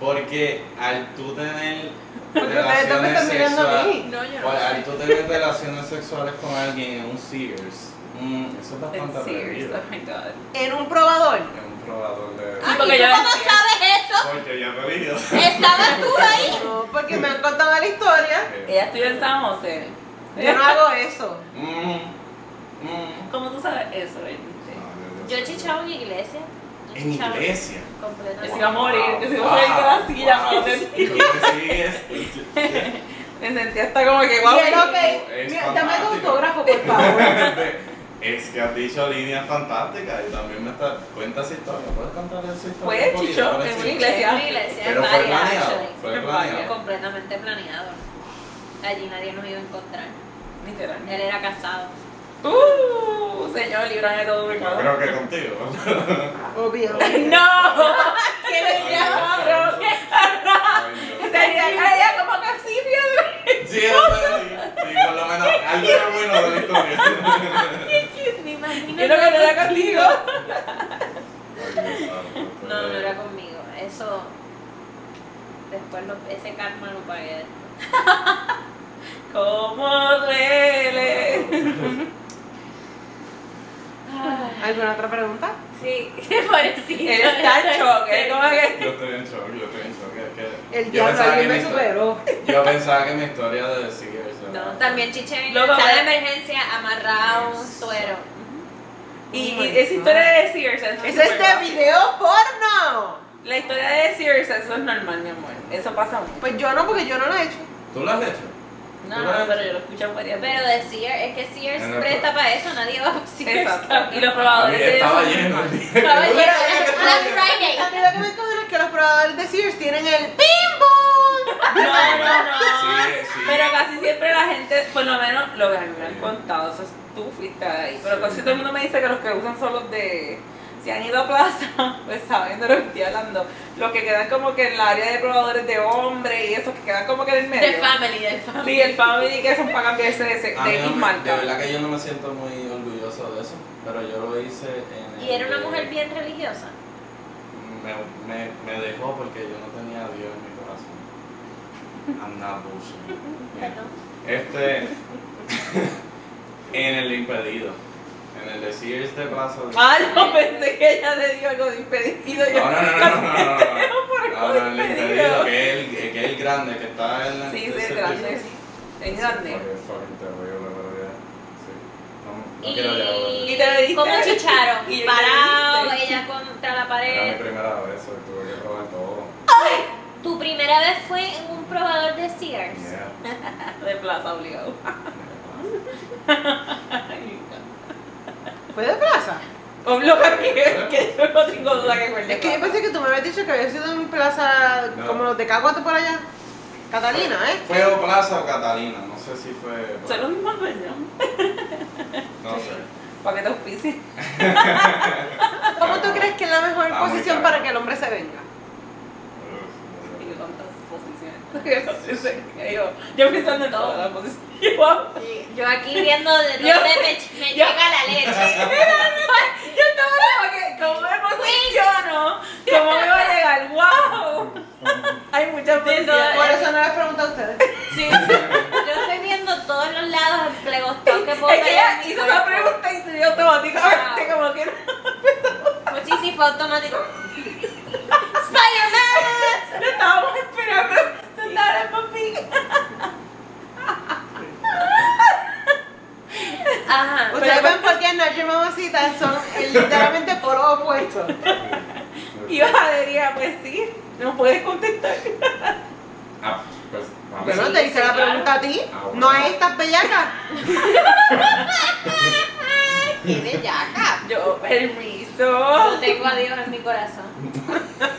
Porque al tú tener Ustedes me relaciones están mirando a sexuales, mí. No, yo o no. al tú tener relaciones sexuales con alguien en un Sears, mm, eso es bastante En Sears, atrevido. oh my god. En un probador. En un probador de... Ah, porque ¿Y yo tú cómo decía- sabes eso? Porque ya me vino. ¿Estabas tú ahí? No, porque me han contado la historia. Ella estudia en San José. Yo no hago eso. Mm, mm. Ah, ¿Cómo tú sabes eso, eh? realmente? Yo chichaba en iglesia. Yo En chichaba iglesia. Que Completamente. se iba a morir, que se iba a salir de la silla. Wow, me wow. sentí- Sí, es- Me sentí hasta como que guau. Y él, ok, es mira, dame tu fantástico. autógrafo, por favor. Es que has dicho líneas fantásticas y también me está. Cuenta esa historia. ¿Puedes contar esa historia? Pues, un poquito? Chicho, Ahora es sí. muy Sí, en iglesia. iglesia. Pero en fue varias, planeado, actually. fue En planeado. Completamente planeado. Allí nadie nos iba a encontrar. Literal. Él era casado. Uh, señor, líbrame de todo Yo pecado. creo que contigo. Obvio. No, que Ay, me llamaron. Dios. Ella como que así, fíjate. Sí, eso sí, sí, por lo menos algo era bueno de la historia. Me imagino. Yo no que no era contigo. Ay, Dios santo. No, no era conmigo. Eso. Después lo- ese karma lo pagué. ¿Cómo duele? ¿Alguna otra pregunta? Sí, parecido. Él está en shock, él como que. Yo estoy en shock, yo estoy en shock. es que- El yo diablo pensaba alguien que me mi histo- superó. Yo pensaba que mi historia de Sears era- No, también chiche en Loco, sala de pero- emergencia amarrado a un suero. Y, Oh my y esa God. historia de Sears es ¡Es este video porno! La historia de Sears, eso es normal, mi amor. Eso pasa mucho. Pues yo no, porque yo no lo he hecho. ¿Tú lo has hecho? No, no, pero yo lo escucho varias veces. Pero de Sears, es que Sears En el- presta para eso, nadie va a Sears. Exacto. Y los A probadores mí de estaba eso- lleno el día. Estaba Yo lleno. era el que estaba Black lleno. Friday. A mí lo que me encojona es que los probadores de Sears tienen el ping-pong. No, no, no. Sí, sí. Pero casi siempre la gente, por lo menos lo que a mí me han contado, eso es tú fuiste ahí. Pero casi todo el mundo me dice que los que usan son los de. Si han ido a plaza, pues saben de lo que estoy hablando. Los que quedan como que en la área de probadores de hombre y esos que quedan como que en el medio. Del family, del family. Sí, el family que son para cambiarse de, ese- A mí de no X me- marca. Ah, De verdad que yo no me siento muy orgulloso de eso, pero yo lo hice en. Y era el una de- mujer bien religiosa. Me, me, me dejó porque yo no tenía a Dios en mi corazón. I'm not bullshit. Mira, Perdón. Este. en el impedido. En el de Sears de Plaza. de- Ah, no, pensé que ella le dio algo de impedido. No, no, no, no, no, no, no, no, no, no, el el impedido, que es el, que es el grande, que está en la... Sí, ese- es grande. Es grande. Porque es fucking terrible, la verdad. Sí. No, no Y- quiero llevarlo. Y te lo diste. ¿Cómo chicharon? Y te lo Parado, diste. ella contra la Era mi pared. primera vez, so tuve que probar todo. Tu primera vez fue en un probador de Sears. Yeah. De plaza obligado. ¿Fue de plaza? O lo que que yo no tengo duda que fue Es que yo pensé que tú me habías dicho que había sido en plaza No. como los de Caguato por allá. Catalina, ¿eh? Fue o Plaza o Catalina, no sé si fue... Son los mismos dueños. No sé. Para que te auspicien. ¿Cómo tú crees que es la mejor Está muy posición caro. para que el hombre se venga? Y yo tantas posiciones. Yo, yo pensando en todas las posiciones. Yo, Yo aquí viendo de dónde Yo- me, me yo- llega la leche. yo estaba como que, ¿cómo me posiciono? ¿Cómo me va a llegar? ¡Wow! Hay muchas posiciones. Por eso no les pregunto a ustedes. Sí, sí. Yo estoy viendo todos los lados el plegostón que puedo Es que tener en ella mi hizo la cuerpo. pregunta y se dio automáticamente como que Pues sí, sí, fue automático. ¡Spider-Man! Lo estábamos esperando. Sentar al papi. Ajá. Ustedes Pero- ven por qué Nacho y Mamacita son el- literalmente por opuestos. Y bajadería, pues sí, no puedes contestar. Ah, pues, vamos. Yo no te hice la claro. pregunta a ti, Ah, bueno. no a estas bellacas. ¡Qué bellaca! Yo, permiso. Yo tengo a Dios en mi corazón.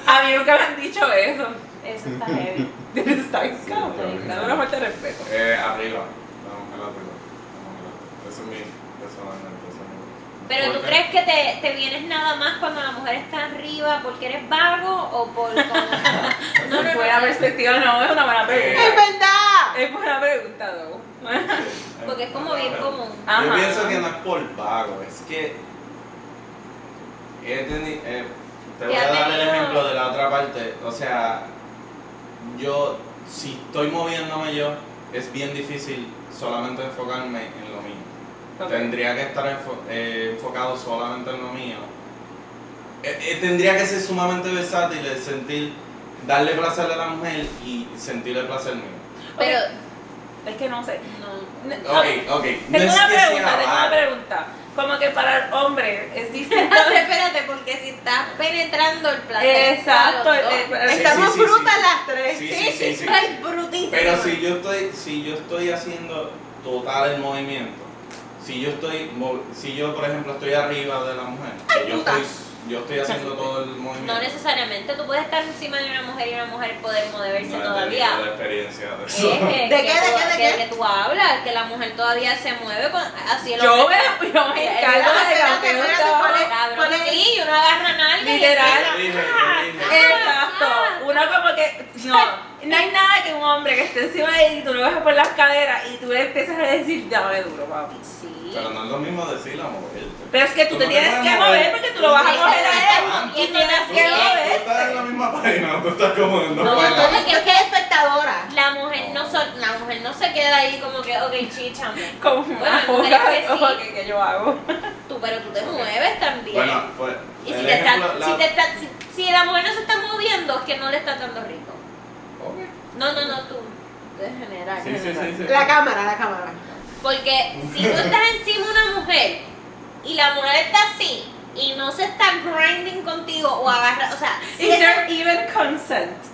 A mí nunca me han dicho eso. Eso está heavy. Está bien Sí, cabrón. Dame está bien. una falta de respeto. Eh, arriba. Vamos a la arriba. Vamos a la- Eso es mi personalmente. eso es mi- Pero tú Porque- crees que te, te vienes nada más cuando la mujer está arriba porque eres vago o por como- No, no, Buena perspectiva, no, es una buena ¡Es pregunta. verdad! Es buena pregunta, Doug. porque es como bien común. Ajá. Yo pienso que no es por vago, es que he teni- eh, te voy Ya a dar el tenía- ejemplo de la otra parte, o sea, yo, si estoy moviéndome yo, es bien difícil solamente enfocarme en lo mío. Ok. Tendría que estar enfo- eh, enfocado solamente en lo mío. Eh, eh, tendría que ser sumamente versátil, el sentir, darle placer a la mujer y sentirle placer mío. Pero, Es que no sé. Ne- Ok, ok. No Tengo es una que sea pregunta, tengo una vago. pregunta. Como que para el hombre es distinto. espérate, porque si estás penetrando el placer. Exacto, para los eh, dos. eh, Sí, Estamos sí, sí, brutas sí. las tres. Sí, sí, sí, sí. Ay, brutísimo. Pero si yo estoy, si yo estoy haciendo total el movimiento, si yo estoy, mov- si yo por ejemplo estoy arriba de la mujer, que yo puta. estoy, yo estoy haciendo todo el movimiento. No necesariamente, tú puedes estar encima de una mujer y una mujer poder moverse No he tenido todavía. la experiencia de eso. Eh, ¿De que qué, de tú- qué, de que- qué? Que tú hablas, que la mujer todavía se mueve con, así el Yo hombre- me, yo me encargo de la Espérate, espérate, ¿cuál es? pelota. Cabrón, sí, y uno agarra nalga y Literal. Yo dije, yo dije, Exacto. Uno como que. No. No hay nada que un hombre que esté encima de él y tú lo bajas por las caderas y tú le empiezas a decir, dame duro, papi. Sí. Pero no es lo mismo decirlo a moverte. Pero es que tú, Tú te no te tienes puedes que mover. mover porque tú lo vas a mover a él. Exacto. Y tienes Tú, que tú mover. estás en la misma página, tú estás como en dos No, páginas. no, no. Yo soy espectadora. La mujer no, so- la mujer no se queda ahí como que, ok, chichame. Como Bueno, una hay mujeres foca que sí. como que, que yo hago. Tú, pero tú te mueves también. Bueno, pues. y el si, te está, ejemplo, la- si, te está, si, si la mujer no se está moviendo, es que no le está dando rico. Ok. No, no, no, tú. De general. Sí, sí, sí, sí. La cámara, la cámara. Porque si tú estás encima de una mujer y la mujer está así y no se está grinding contigo o agarra, o sea, si Is es- there even consent?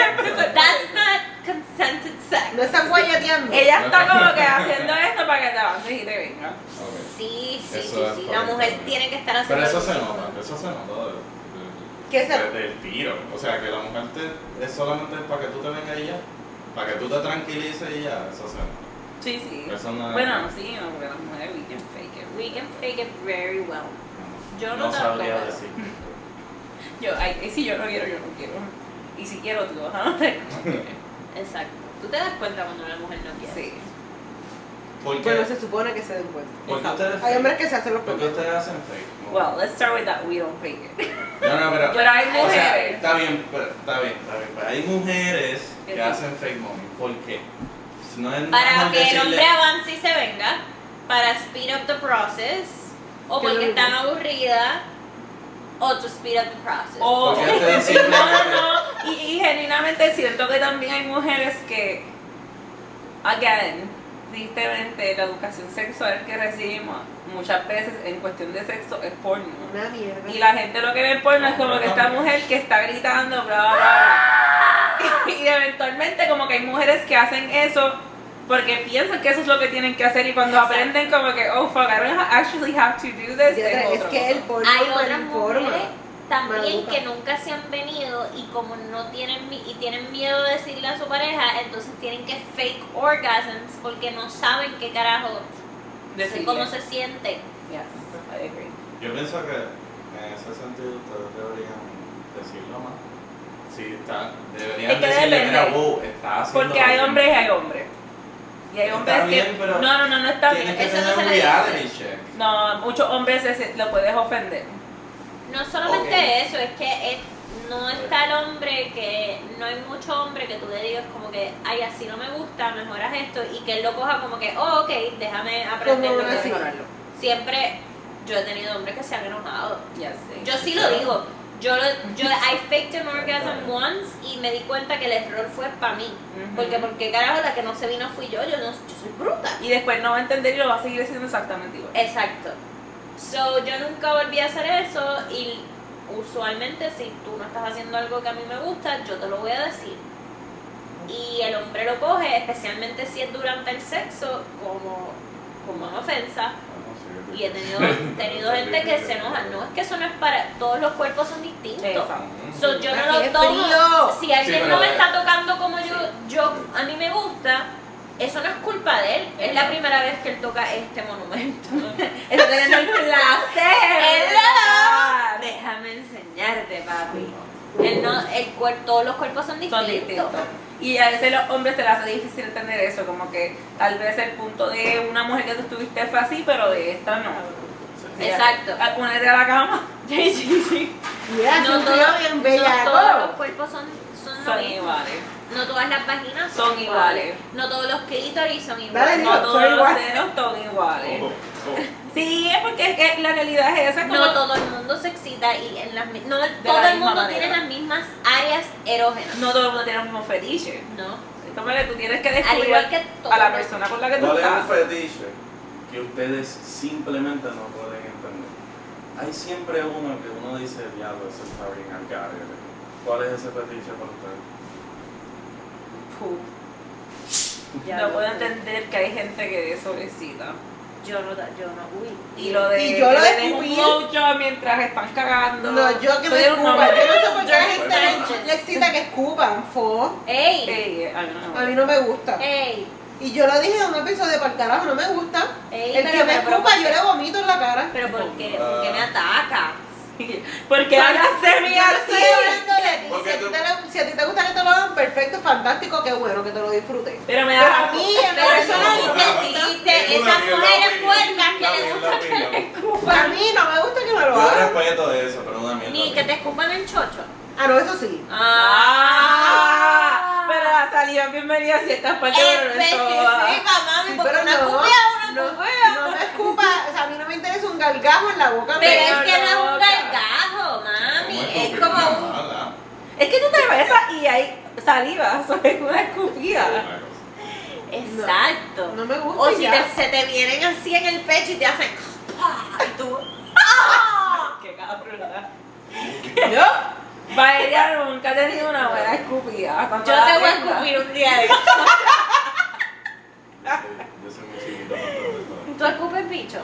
that's not consented sex. No están guayateando. Ella está como que haciendo esto para que te avances y te venga. Ok. Sí, sí, sí, Eso es sí. La correcto. mujer tiene que estar haciendo. Pero eso lo se mismo. nota, eso se nota de- ¿Qué se- de- del tiro. O sea, que la mujer te, es solamente para que tú te vengas y ya, para que tú te tranquilices y ya, eso se nota. Sí, sí. Eso no- Bueno, sí, no, porque las mujeres we can fake it. We can fake it very well. Yo no, no sabría tampoco. decir. Yo, ay, ay, si yo no quiero, yo no quiero. Y si quiero, tú vas a notar. Exacto. Tú te das cuenta cuando una mujer no quiere. Sí. ¿Por Bueno, qué, se supone que se den cuenta. ¿Por qué ustedes- Hay hombres que se hacen los por qué pendejos. ustedes hacen fake? Well, let's start with that. We don't fake it. No, no, pero. Pero hay o sea, mujeres. está bien, pero- está bien, está bien. Pero hay mujeres Que que sí. hacen fake mommy. ¿Por qué? No es nada Para más que el hombre decirle- avance y se venga, para speed up the process, o ¿Qué es lo porque mismo? están aburridas, o to speed up the process. O- Porque ustedes simplemente- Oh, no, no, no. Y, y genuinamente siento que también hay mujeres que, again, tristemente la educación sexual que recibimos muchas veces en cuestión de sexo es porno. Una mierda. Y la gente lo que ve en porno es como que esta mujer que está gritando, bla, bla, bla. Y eventualmente como que hay mujeres que hacen eso porque piensan que eso es lo que tienen que hacer y cuando Exacto. aprenden como que, oh, fuck, I don't ha- actually have to do this. Mierda, es Es otra que el cosa. porno Hay otras malinforma. mujeres también Maluca. que nunca se han venido y como no tienen mi- y tienen miedo de decirle a su pareja, entonces tienen que fake orgasms porque no saben qué carajo, Decirle. cómo se siente. Yes, I agree. Yo pienso que en ese sentido ustedes deberían decirlo más. Sí, está, deberían Es que decirle, depende. mira, wow, está haciendo Porque hay algo". hombres y hay hombres. Y hay Está hombres que. bien, pero no, no, no, no está bien. Eh, Tienes que eso tener no se un le dice. reality check. No, muchos hombres ese- lo puedes ofender. No solamente Ok. eso, es que es- no está el hombre que, no hay mucho hombre que tú le digas como que, ay, así no me gusta, mejoras esto, y que él lo coja como que, oh, ok, déjame aprender Como lo una que señora. Siempre yo he tenido hombres que se han enojado. Ya sé. Yo sí lo digo. Yo, lo- yo I faked an orgasm once y me di cuenta que el error fue para mí. Ujú. Porque, porque carajo, la que no se vino fui yo, yo, no, yo soy bruta. Y después no va a entender y lo va a seguir haciendo exactamente igual. Exacto. So, yo nunca volví a hacer eso y usualmente si tú no estás haciendo algo que a mí me gusta, yo te lo voy a decir. Y el hombre lo coge, especialmente si es durante el sexo, como, como una ofensa. Y he tenido, tenido gente que se enoja. No, es que eso no es para... Todos los cuerpos son distintos. Exacto. So, yo no Aquí lo es tomo. frío. Si alguien Sí, no pero- me está tocando como yo, yo a mí me gusta, eso no es culpa de él. Es la primera vez que él toca este monumento. Está teniendo el placer. Hello. Déjame enseñarte, papi. Él no, el cuerpo, todos los cuerpos son distintos. Son distintos. Y a veces los hombres se les hace difícil entender eso, como que tal vez el punto de una mujer que tú estuviste fue así, pero de esta no. Exacto. Ya, Ah, Únete a la cama. Sí, sí, sí. Mira, No no, todo- bien No bellaco. todos los cuerpos son, son, lo Son mismo. iguales. No todas las vaginas Son iguales. No todos los clítoris son Dale, iguales. Nilo, No soy todos los igual. senos son iguales. Oh, oh. Sí, es porque es que la realidad es esa. Como No todo el mundo se excita y en las mi- no todo la el misma mundo manera. tiene las mismas áreas erógenas. no todo el mundo tiene los mismos fetiches. No. Entonces tú tienes que Al descubrir igual que a la todos. persona con la que tú ¿Cuál es un estás. fetiche que ustedes simplemente no pueden entender? Hay siempre uno que uno dice, diablo, eso está bien al garete". ¿Cuál es ese fetiche para ustedes? No puedo entender que hay gente que eso le excita. Yo no, yo no, uy. Y lo de Y yo que lo le den descubrí. un blowjob mientras están cagando. No, yo que Soy un me escupa. hombre. Yo no sé por qué Yo- a la gente Sánchez. le- le excita que escupan, fo. ¡Ey! Ey, a mí no me gusta. A mí no me gusta. ¡Ey! Y yo lo dije en un episodio de carajo, no me gusta. ¡Ey! El que me escupa, yo le vomito en la cara. Pero ¿por qué? ¿Por qué me Ah. ataca? ¿Por qué hablas de mí Yo así? estoy hablando de ti. Si Porque a ti tú- te le- Si a ti te gusta que te lo hagan, perfecto, fantástico, qué bueno que te lo disfrutes. Pero me Pero da a mí, en lo Pero eso personal, no lo entendiste. Es una Esas mierda, mujeres opinión. puercas que Una le mierda, gustan que opinión. le a escupan. mí no me gusta que me lo Yo hagan. respeto de eso, pero una mierda. Ni que te escupan el chocho. Ah, no, eso sí. Ah, pero la salida es bienvenida a ciertas partes, pero no en todas. Específica, mami, Sí, porque pero una no, cupea, una no, cupea. no me escupa, o sea, a mí no me interesa un gargajo en la boca. Pero mía. es que no es loca. un gargajo, mami. Es como un. Es que tú te besas y hay saliva, eso es una escupida. Exacto. No me gusta. O y si ya. te- se te vienen así en el pecho y te hacen. ¡pah! Y tú. ¡ah! Qué cabrona. Yo, Valeria nunca ha tenido una buena escupida. Yo Cuando te voy la a tenga- escupir un día de Yo soy muy chiquito. no puedo. ¿Tú escupes bicho?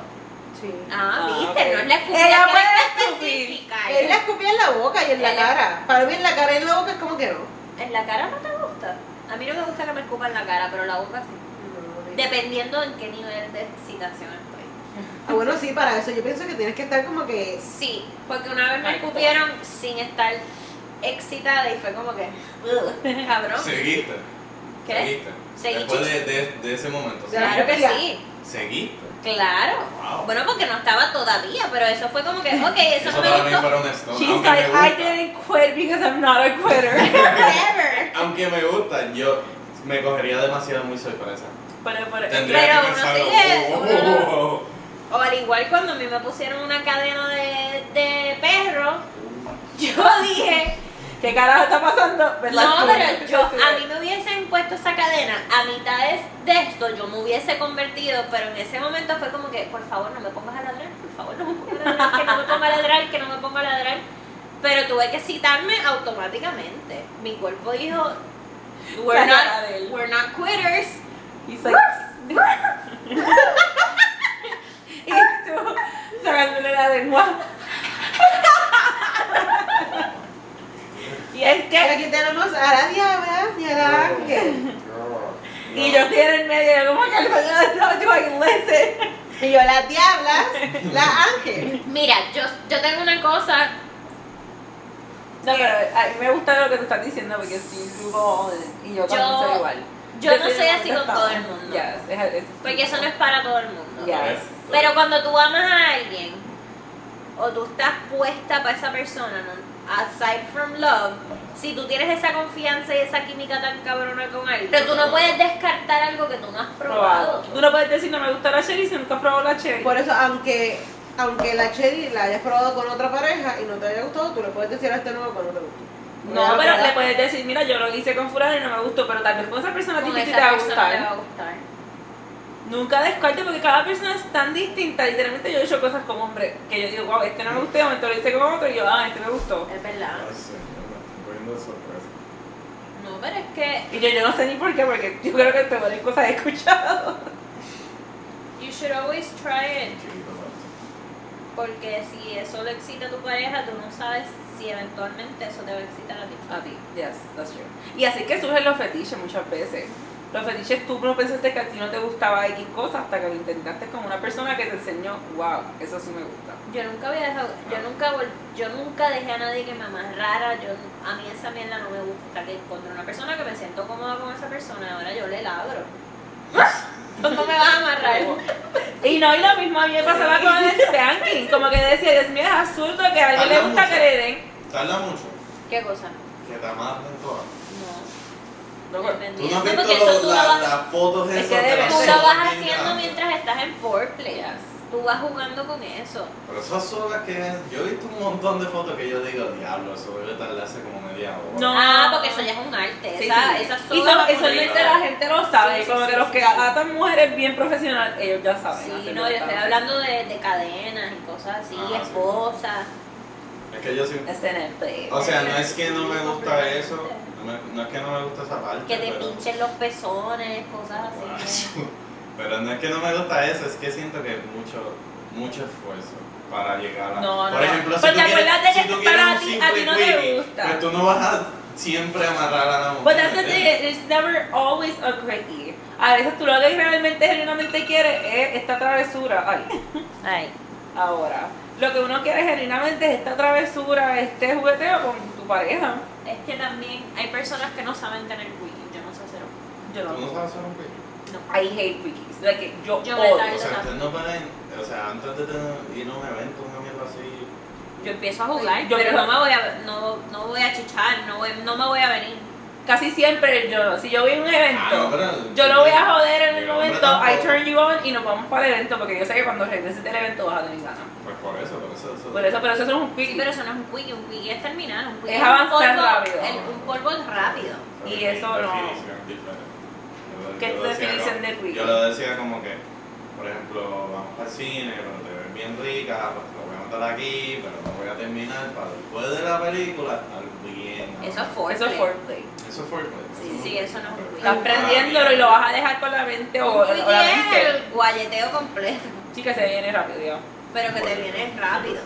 Sí. Ah, Ah, viste, ok. no es la escupida Ella que puede es escupir. específica. Él la escupía en la boca y en la Él- cara. Para mí en la cara y en la boca es como que no. ¿En la cara no te gusta? A mí no me gusta que me escupan la cara, pero la boca sí. Dependiendo en qué nivel de excitación estoy. Ah, bueno, sí, para eso yo pienso que tienes que estar como que... Sí, porque una vez me Ay, escupieron sin estar excitada y fue como que, "Ugh, cabrón. Seguiste. ¿Qué? Seguiste. Seguí Después de, de, de ese momento. De la Claro que Ya. sí, Seguiste. claro. Wow. Bueno, porque no estaba todavía, pero eso fue como que, ok, eso, Eso no me para mí gustó. fue un stone. She's aunque like, me I gusta. didn't quit because I'm not a quitter. Whatever. Aunque me gusta, yo me cogería demasiado muy sorpresa. Pero, pero, Tendría Pero que uno pensarlo. sigue, Oh, uno- oh, oh, O oh. al igual cuando a mí me pusieron una cadena de, de perro, yo dije, ¿Qué carajo está pasando? ¿Verdad? no, Tú. pero yo, Sí. a mí me hubiesen puesto esa cadena a mitades de esto, yo me hubiese convertido, pero en ese momento fue como que, por favor, no me pongas a ladrar, por favor, no me pongas a ladrar, que no me ponga a ladrar, que no me ponga a ladrar. Pero tuve que citarme automáticamente. Mi cuerpo dijo, we're La cara de not, él. we're not quitters. Y sa- Y tú sacándole la lengua. y es que. Aquí tenemos a la diabla y a la ángel. Y yo estoy en el medio, como que el coño de yo ahí listen. Y yo las diablas, la ángel. Mira, yo, yo tengo una cosa No, pero a mí me gusta lo que tú estás diciendo porque sí, luego. Y yo también Yo- soy igual. yo no soy así con todo el contestable. mundo. Yes, es- es- Porque eso no es para todo el mundo. Yes. Pero cuando tú amas a alguien o tú estás puesta para esa persona, ¿no? aside from love, si tú tienes esa confianza y esa química tan cabrona con alguien, pero tú no puedes descartar algo que tú no has probado. Probado. Tú no puedes decir no me gusta la cherry si nunca has probado la cherry. Por eso, aunque, aunque la cherry la hayas probado con otra pareja y no te haya gustado, tú le puedes decir a este nuevo cuando te gustó. No, pero le puedes decir, mira, yo lo hice con fulano y no me gustó, pero tal vez con esa persona a ti Con sí te esa va a persona te va gustar. a gustar. Nunca descarte porque cada persona es tan distinta. Literalmente yo he hecho cosas como hombre que yo digo, wow, este no me gustó, y de momento lo hice con otro y yo, ah, este me gustó. Es verdad. No, pero es que Y yo, yo no sé ni por qué, porque yo creo que te ponen cosas escuchado. you should always try it. Porque si eso le excita a tu pareja, tú no sabes si eventualmente eso te va a excitar a ti. A ti, yes, that's true. Y así que surgen los fetiches muchas veces. Los fetiches tú no pensaste que a ti no te gustaba X cosa hasta que lo intentaste con una persona que te enseñó, wow, eso sí me gusta. Yo nunca había dejado, yo nunca vol- yo nunca dejé a nadie que me amarrara, yo a mí esa mierda no me gusta, que encontré una persona que me siento cómoda con esa persona, ahora yo le labro. ¿Tú no me vas a amarrar? Y no, y lo mismo a mí me pasaba con el spanking, como que decía, Dios mío, es absurdo que a alguien le gusta que le den. Tarda mucho ¿Qué cosa? que te amarren todas. No. ¿te acuerdas? ¿Tú no has No, visto porque lo- eso tú lo la- vas- las fotos Es esas que de debe las ser. Tú olas lo vas bien haciendo grandes? mientras estás en foreplay. Tú vas jugando con eso. Pero esas olas que yo he visto un montón de fotos que yo digo, diablo, eso debe tardarse como media hora. No. Ah, porque eso ya es un arte. Sí, esa, sí. Esas y solas son- con y solamente eso. la gente lo sabe, Sí, sí, como sí, que los sí, que sí. atan mujeres bien profesionales, ellos ya saben. Sí, hacer no, lo que yo estoy están hablando de, de cadenas y cosas así, Ah, sí. esposas. Es que yo sí. haciendo. Es Este en el play. O sea, no es que no me gusta eso, no, me- no es que no me gusta esa parte. Que te pero- pinchen los pezones, cosas así. Guacho. Pero no es que no me gusta eso, es que siento que es mucho, mucho esfuerzo para llegar a. No, Por no. ejemplo, si Porque tú quieres, acuérdate si que tú para quieres un ti- simple a ti no te quickie, gusta. Pues tú no vas a siempre amarrar a la mujer. But that's the thing, ¿entiendes? it's never always a quickie. A veces tú lo que realmente, genuinamente quieres es esta travesura. Ay, Ay, ahora. Lo que uno quiere genuinamente es esta travesura, este jugueteo con tu pareja. es que también hay personas que no saben tener wiki, yo no sé hacer un- Yo Tú no. no sabes hacer un quickie. no. I hate quickies. Like, que yo, Yo me odio. tardo. O sea, ustedes no pueden. O sea, antes de tener- ir a un evento, una mierda así. Yo empiezo a jugar, Yo pero creo- no me voy a no, no voy a chichar, no, voy- no me voy a venir. Casi siempre yo, si yo voy a un Ah, evento, no, pero- yo no voy a joder en el Yo, hombre, momento, I tampoco. turn you on y nos vamos para el evento porque yo sé que cuando regreses del evento vas a tener ganas. Pues por eso, por eso. eso- Por eso, pero eso es un Sí, quickie. pero eso no es un wiki, un wiki es terminar, un wiki Es avanzar un polvo, rápido. el- un polvo es rápido. Pero Y mi eso no. definición diferente. ¿Qué Yo es tu lo decía definición como- de queer? Yo lo decía como que, por ejemplo, vamos al cine, pero te ves bien rica, pues te lo voy a matar aquí, pero lo voy a terminar para después de la película estar bien. ¿no? Eso es fuerte. Eso es foreplay. Eso fue pues, Sí, eso sí, fue- eso no es fue- queer. Estás prendiéndolo y lo vas a dejar con la mente o, o Un la wiki es mente. el guayeteo completo, Sí que se viene rápido. ya. pero que te viene rápido.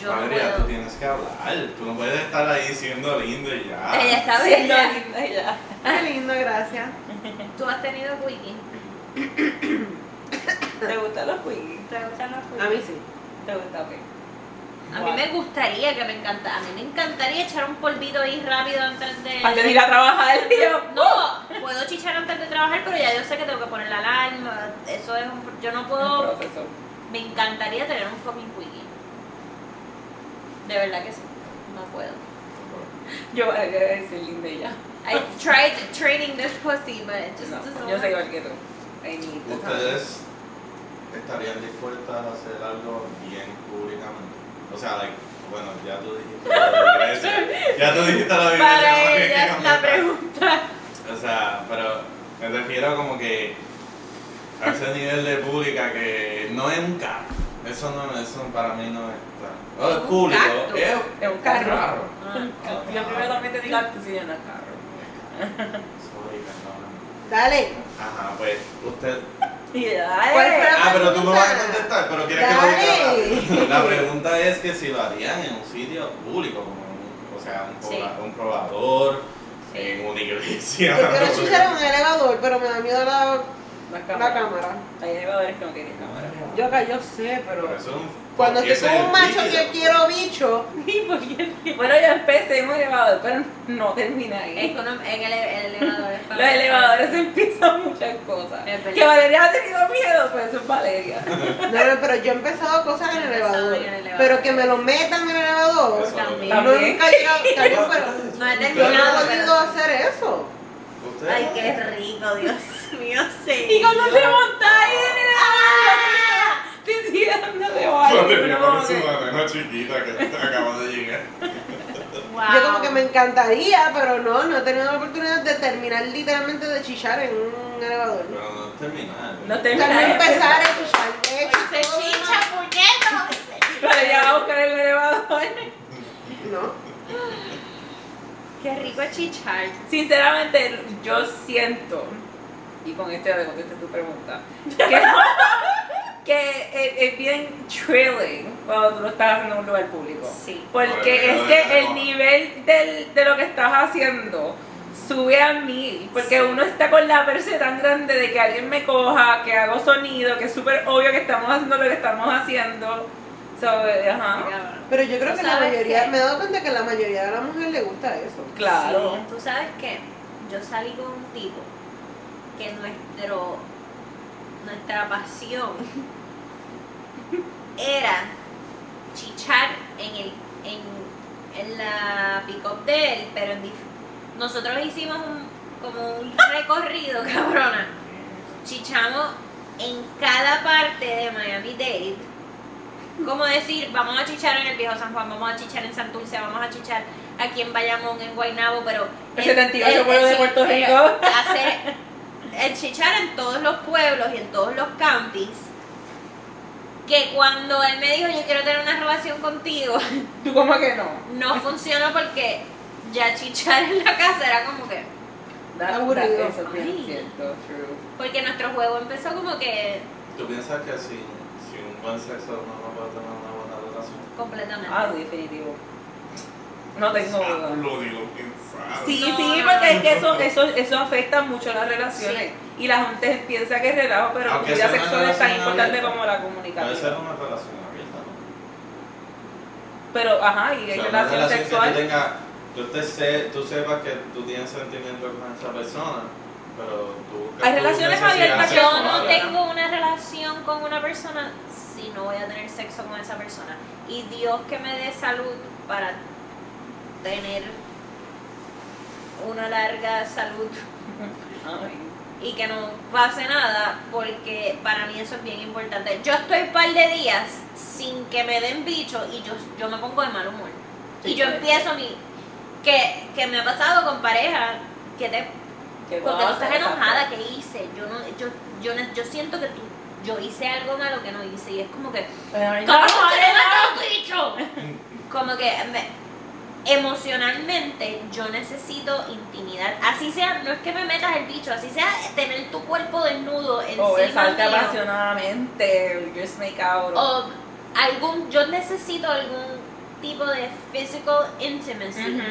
Yo no Valeria, tú puedo. tienes que hablar, tú no puedes estar ahí siendo lindo y ya. Ella está Sí, viendo. no, linda, ya. Qué lindo, gracias. ¿Tú has tenido wiki? ¿Te gustan los quickies? ¿Te gustan los A mí sí. ¿Te gusta? Ok. A mí me gustaría que me encanta, a mí me encantaría echar un polvito ahí rápido antes de... Antes de ir a trabajar, yo, No, puedo chichar antes de trabajar, pero ya yo sé que tengo que poner la alarma, eso es un... Yo no puedo... Proceso. Me encantaría tener un fucking wiki. De verdad que sí, no puedo. Yo voy a decir linda y ya. I've tried training this pussy, but it just No, doesn't yo soy work. igual que tú. I need the time. ¿Ustedes estarían dispuestas a hacer algo bien públicamente? O sea, like, bueno, ya tú dijiste la iglesia. Ya tú dijiste la iglesia. no Para hay que ella cambiar. la pregunta. O sea, pero me refiero como que a ese nivel de pública que no es un carro. Eso no, eso para mí no es. No, es Un público. cactus. Es, Es un carro. Ah. Yo primero también te digo antes si yo no es carro. Sorry, perdóname. Dale. Ajá, pues usted. Y ya, ¿Cuál eh. fue la Ah, pero tú me vas a pregunta? contestar, pero quieres que lo diga. Dale. La, la pregunta es que si lo harían en un sitio público, como un- o sea, un, Sí. proba- un probador, en una iglesia. Yo quiero chichar en el elevador, pero me da miedo la, La la cámara. cámara. Hay elevadores que no tienen cámara. Yo acá, yo sé, Pero pero... eso es un- Cuando porque estoy ese con un es el macho que líquido. quiero bicho, Bueno, yo empecé en un elevador, pero no termina Es ahí. que uno- en el, el elevador es para- Los elevadores empiezan muchas cosas. Es verdad. Que Valeria ha tenido miedo, pues eso es Valeria. no, no, pero yo he empezado cosas en Yo el he empezado elevador. en el elevador. Pues, Pero que me lo metan en el elevador. Eso También. no- No, nunca he llegado, cabrón, pero No he yo no he terminado. podido hacer eso. Ustedes- Ay, qué rico, Dios mío, sí. Y cuando se monta ahí en el elevador, te sigue dando de Yo baile, te vi pero con como su que- banana chiquita que acaba de llegar. Wow. Yo como que me encantaría, pero no, no he tenido la oportunidad de terminar literalmente de chichar en un elevador. Pero no es terminal. No O sea, no termina. empezar a chichar. De hecho, Se todo lo chicha, demás- puñeto. Valeria va a buscar el elevador. No. Qué rico es chichar. Sinceramente, yo siento, y con esto ya te contesté tu pregunta, que, que es, es bien thrilling cuando tú lo estás haciendo en un lugar público. Sí. Porque es que el nivel del- de lo que estás haciendo sube a mil, porque uno está con la presión tan grande de que alguien me coja, que hago sonido, que es súper obvio que estamos haciendo lo que estamos haciendo. So, eh, ajá. Pero yo creo ¿Tú que la sabes mayoría, qué? me he dado cuenta que la mayoría de la mujer le gusta eso. Claro. Sí, Tú sabes que yo salí con un tipo que nuestro nuestra pasión era chichar en el en, en la pick-up de él, pero en dif- Nosotros hicimos un, como un recorrido, cabrona. Chichamos en cada parte de Miami-Dade. Como decir, vamos a chichar en el Viejo San Juan, vamos a chichar en Santurce, vamos a chichar aquí en Bayamón, en Guaynabo, pero... El en- 78 en- pueblo de sí, Puerto eh, Rico. Hacer el chichar en todos los pueblos y en todos los campings. Que cuando él me dijo, yo quiero tener una relación contigo, ¿Tú cómo que no? no funcionó porque ya chichar en la casa era como que. Da- Aburrido. da- Eso es bien Ay. cierto, true. Porque nuestro juego empezó como que ¿Tú piensas que si, si un buen sexo no no va a tener una buena relación? completamente. Ah, definitivo. No tengo duda. Lo digo pensado. Sí, No, sí, no, porque es no. que eso, eso, eso afecta mucho las relaciones. Y la gente piensa que es relajo, pero Aunque la vida sea una sexual es tan relación importante abierta. como la Puede ser comunicación. una relación abierta, ¿no? Pero, ajá, O y sea, hay una relación relación que tú sexual. tengas, tú, te se- tú sepas que tú tienes sentimientos con esa persona, pero tú buscas Hay tu relaciones necesidad abiertas que Yo sexual. no tengo una relación con una persona si no voy a tener sexo con esa persona. Y Dios que me dé salud para tener una larga salud Ah, Ay. y que no pase nada, porque para mí eso es bien importante. Yo estoy un par de días sin que me den bicho y yo, yo me pongo de mal humor. Sí, y yo claro. empiezo mi... Que, que me ha pasado con pareja que te... Que Porque guau, no estás exacto. enojada, que hice? Yo, no, yo, yo, no- yo siento que tú... Yo hice algo malo que no hice y es como que... Ay, ¿Cómo no, te no, levantas, bicho? Como que me- emocionalmente yo necesito intimidad. Así sea, no es que me metas el bicho, así sea tener tu cuerpo desnudo encima O besarte mío. Oh, apasionadamente, just make out. o- O algún, yo necesito algún tipo de physical intimacy Ujú.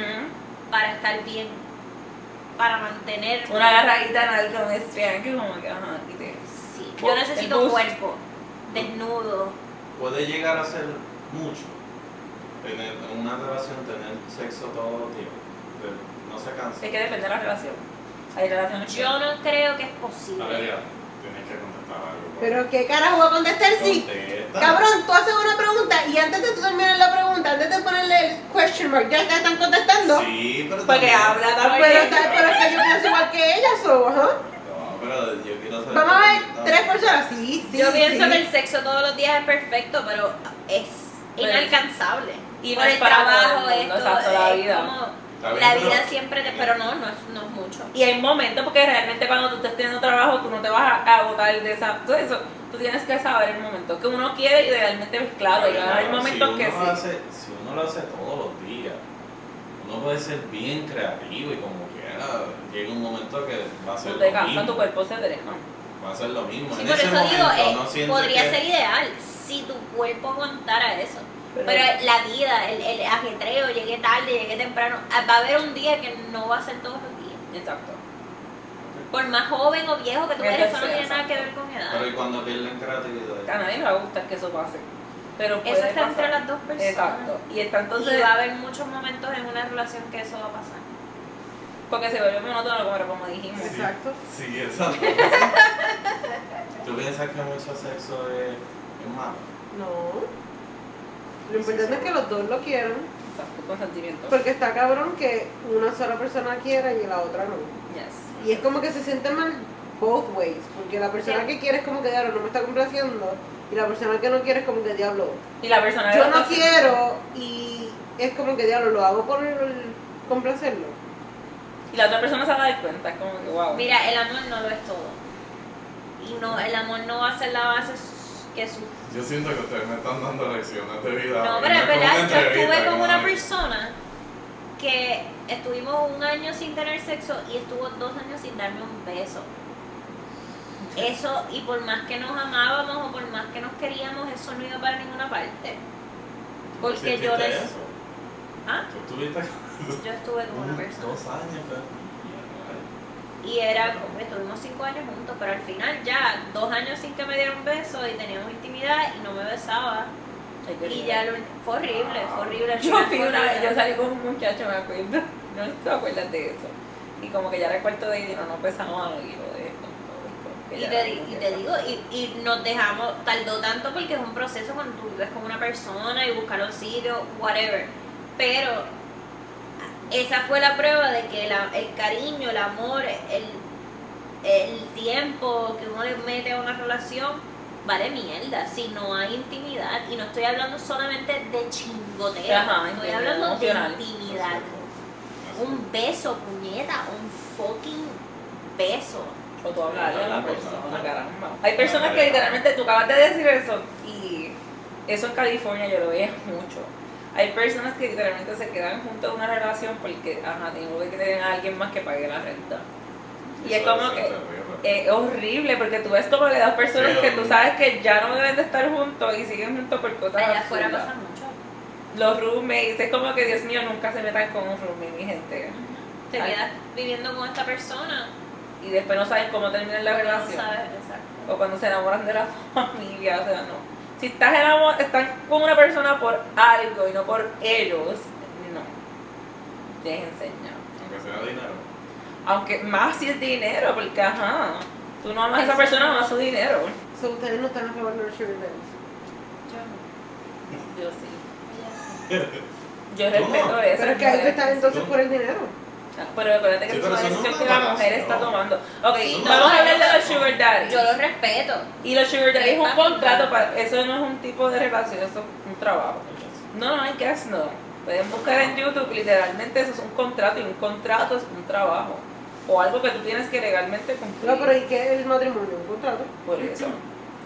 para estar bien, para mantener. Una agarradita en algo, un estrián, que como que, ajá, y te... Sí, O yo el necesito boost. cuerpo desnudo. Puede llegar a ser mucho. En, el- en una relación tener sexo todos los días, pero no se cansa. Es que depende de la relación. Hay relaciones que- Yo no creo que es A ver, posible. ya, tienes que contestar algo. Pero qué carajo voy a contestar sí. Contesta. Cabrón, tú haces una pregunta y antes de tú terminar la pregunta, antes de ponerle el question mark, ya te están contestando. Ah, Sí, pero Porque también- habla tan Pero, bien. está- pero es que yo pienso igual que ellas, ¿o? ajá. No, pero yo quiero saber. Vamos a ver, contestar. tres personas, sí, sí. Yo pienso sí. que el sexo todos los días es perfecto, pero es Pero- inalcanzable. Y no Por es el para todo el trabajo, mundo, esto, exacto, la es vida. como- Está bien, la pero- vida siempre te... Pero no, no es, no es mucho. Y hay momentos porque realmente cuando tú estés teniendo trabajo, tú no te vas a agotar de esa, todo eso. Tú tienes que saber el momento que uno quiere y realmente mezclado. Y hay Claro, momentos si que uno sí. lo hace- si uno lo hace todos los días, uno puede ser bien creativo y como quiera, llega un momento que va a ser Tú lo te cansas, tu mismo. cuerpo se drena. Va a ser lo mismo. Sí, en por ese eso digo, momento eh, no siente podría que- ser ideal si tu cuerpo aguantara eso. Pero- Pero, la vida, el, el ajetreo, llegué tarde, llegué temprano, ah, va a haber un día que no va a ser todos los días. Exacto. Por más joven o viejo que tú eres, eso no Entonces, tiene nada que ver con Pero edad. y cuando pierden creatividad. A nadie le va a gustar que eso pase. Pero puede Eso está entre pasar. las dos personas. Exacto. Y está Entonces entonces. va a haber muchos momentos en una relación que eso va a pasar. Porque se vuelve monótono, pero como dijimos. Exacto. Sí, exacto. ¿Tú piensas que mucho sexo es, es malo? No. Lo importante es que los dos lo quieran. Exacto. Consentimiento. Porque está cabrón que una sola persona quiera y la otra no. Yes. Y es como que se siente mal both ways. Porque la persona que quiere es como que diablo, no me está complaciendo. Y la persona que no quiere es como que diablo. Y la persona Yo no quiero y es como que diablo, lo hago por el- complacerlo. Y la otra persona se va a dar cuenta. Es como que, wow. Mira, el amor no lo es todo. Y no, el amor no va a ser la base s- que su... Yo siento que ustedes me están dando lecciones de vida. No, pero es verdad, yo estuve con una persona que estuvimos un año sin tener sexo y estuvo dos años sin darme un beso. Eso, y por más que nos amábamos o por más que nos queríamos, eso no iba para ninguna parte. Porque yo les... ¿Ah? ¿Tú estuviste Yo estuve con una persona. Dos años, pero. Y era como estuvimos cinco años juntos, pero al final ya dos años sin que me dieron un beso y teníamos intimidad y no me besaba. Ay, qué Y lindo. ya lo, fue horrible, fue horrible. al Yo final fui fue una vez, horrible. yo salí con un muchacho, me acuerdo. No te acuerdas de eso. Y como que ya era el cuarto de dinero, no pues, empezamos a ir de esto. Y te, di- y te digo, y, y nos dejamos, tardó tanto porque es un proceso cuando tú vives con una persona y buscar un sitio, whatever. Pero esa fue la prueba de que la- el cariño, el amor, el, el tiempo que uno le mete a una relación vale mierda si no hay intimidad. Y no estoy hablando solamente de chingoteo, Ajá, estoy intimidad hablando emocional. de intimidad. Un beso, puñeta, un fucking beso. O tú hablarle a la persona, caramba. Hay personas Ah, que ya. literalmente, tú acabas de decir eso, y eso en California yo lo veía mucho. Hay personas que literalmente se quedan junto a una relación porque, ajá, tengo que tener a alguien más que pague la renta. Y es como que- Es horrible porque tú ves como que dos personas Sí, que tú horrible. sabes que ya no deben de estar juntos y siguen juntos por cosas Allá afuera absurdas. pasa mucho. Los roommates, es como que Dios mío, nunca se metan con un roommate, mi gente. Te Ay. quedas viviendo con esta persona. Y después no saben cómo terminar la No relación. sabes, exacto. o cuando se enamoran de la familia, o sea, no. Si estás enamorado, estás con una persona por algo y no por ellos, no. Déjense ya. Aunque sea dinero. Aunque más si es dinero, porque ajá, tú no amas a esa persona, amas su dinero. So, ustedes no están a favor de los sugar daddies. Yo sí. Yo ¿Cómo? respeto eso. Pero es que hay que estar entonces ¿No? por el dinero. Ah, Pero acuérdate que Sí, es pero una eso no es decisión una que la relación. mujer está tomando. Ok, Sí, vamos no, a hablar de los no. sugar daddies. Yo lo respeto. Y los sugar daddies es un Está bien. contrato, para, eso no es un tipo de relación, eso es un trabajo. No, no, I guess no. Pueden buscar en YouTube, literalmente eso es un contrato y un contrato es un trabajo. O algo que tú tienes que legalmente cumplir. No, pero ¿y qué es el matrimonio? Un contrato. Por eso.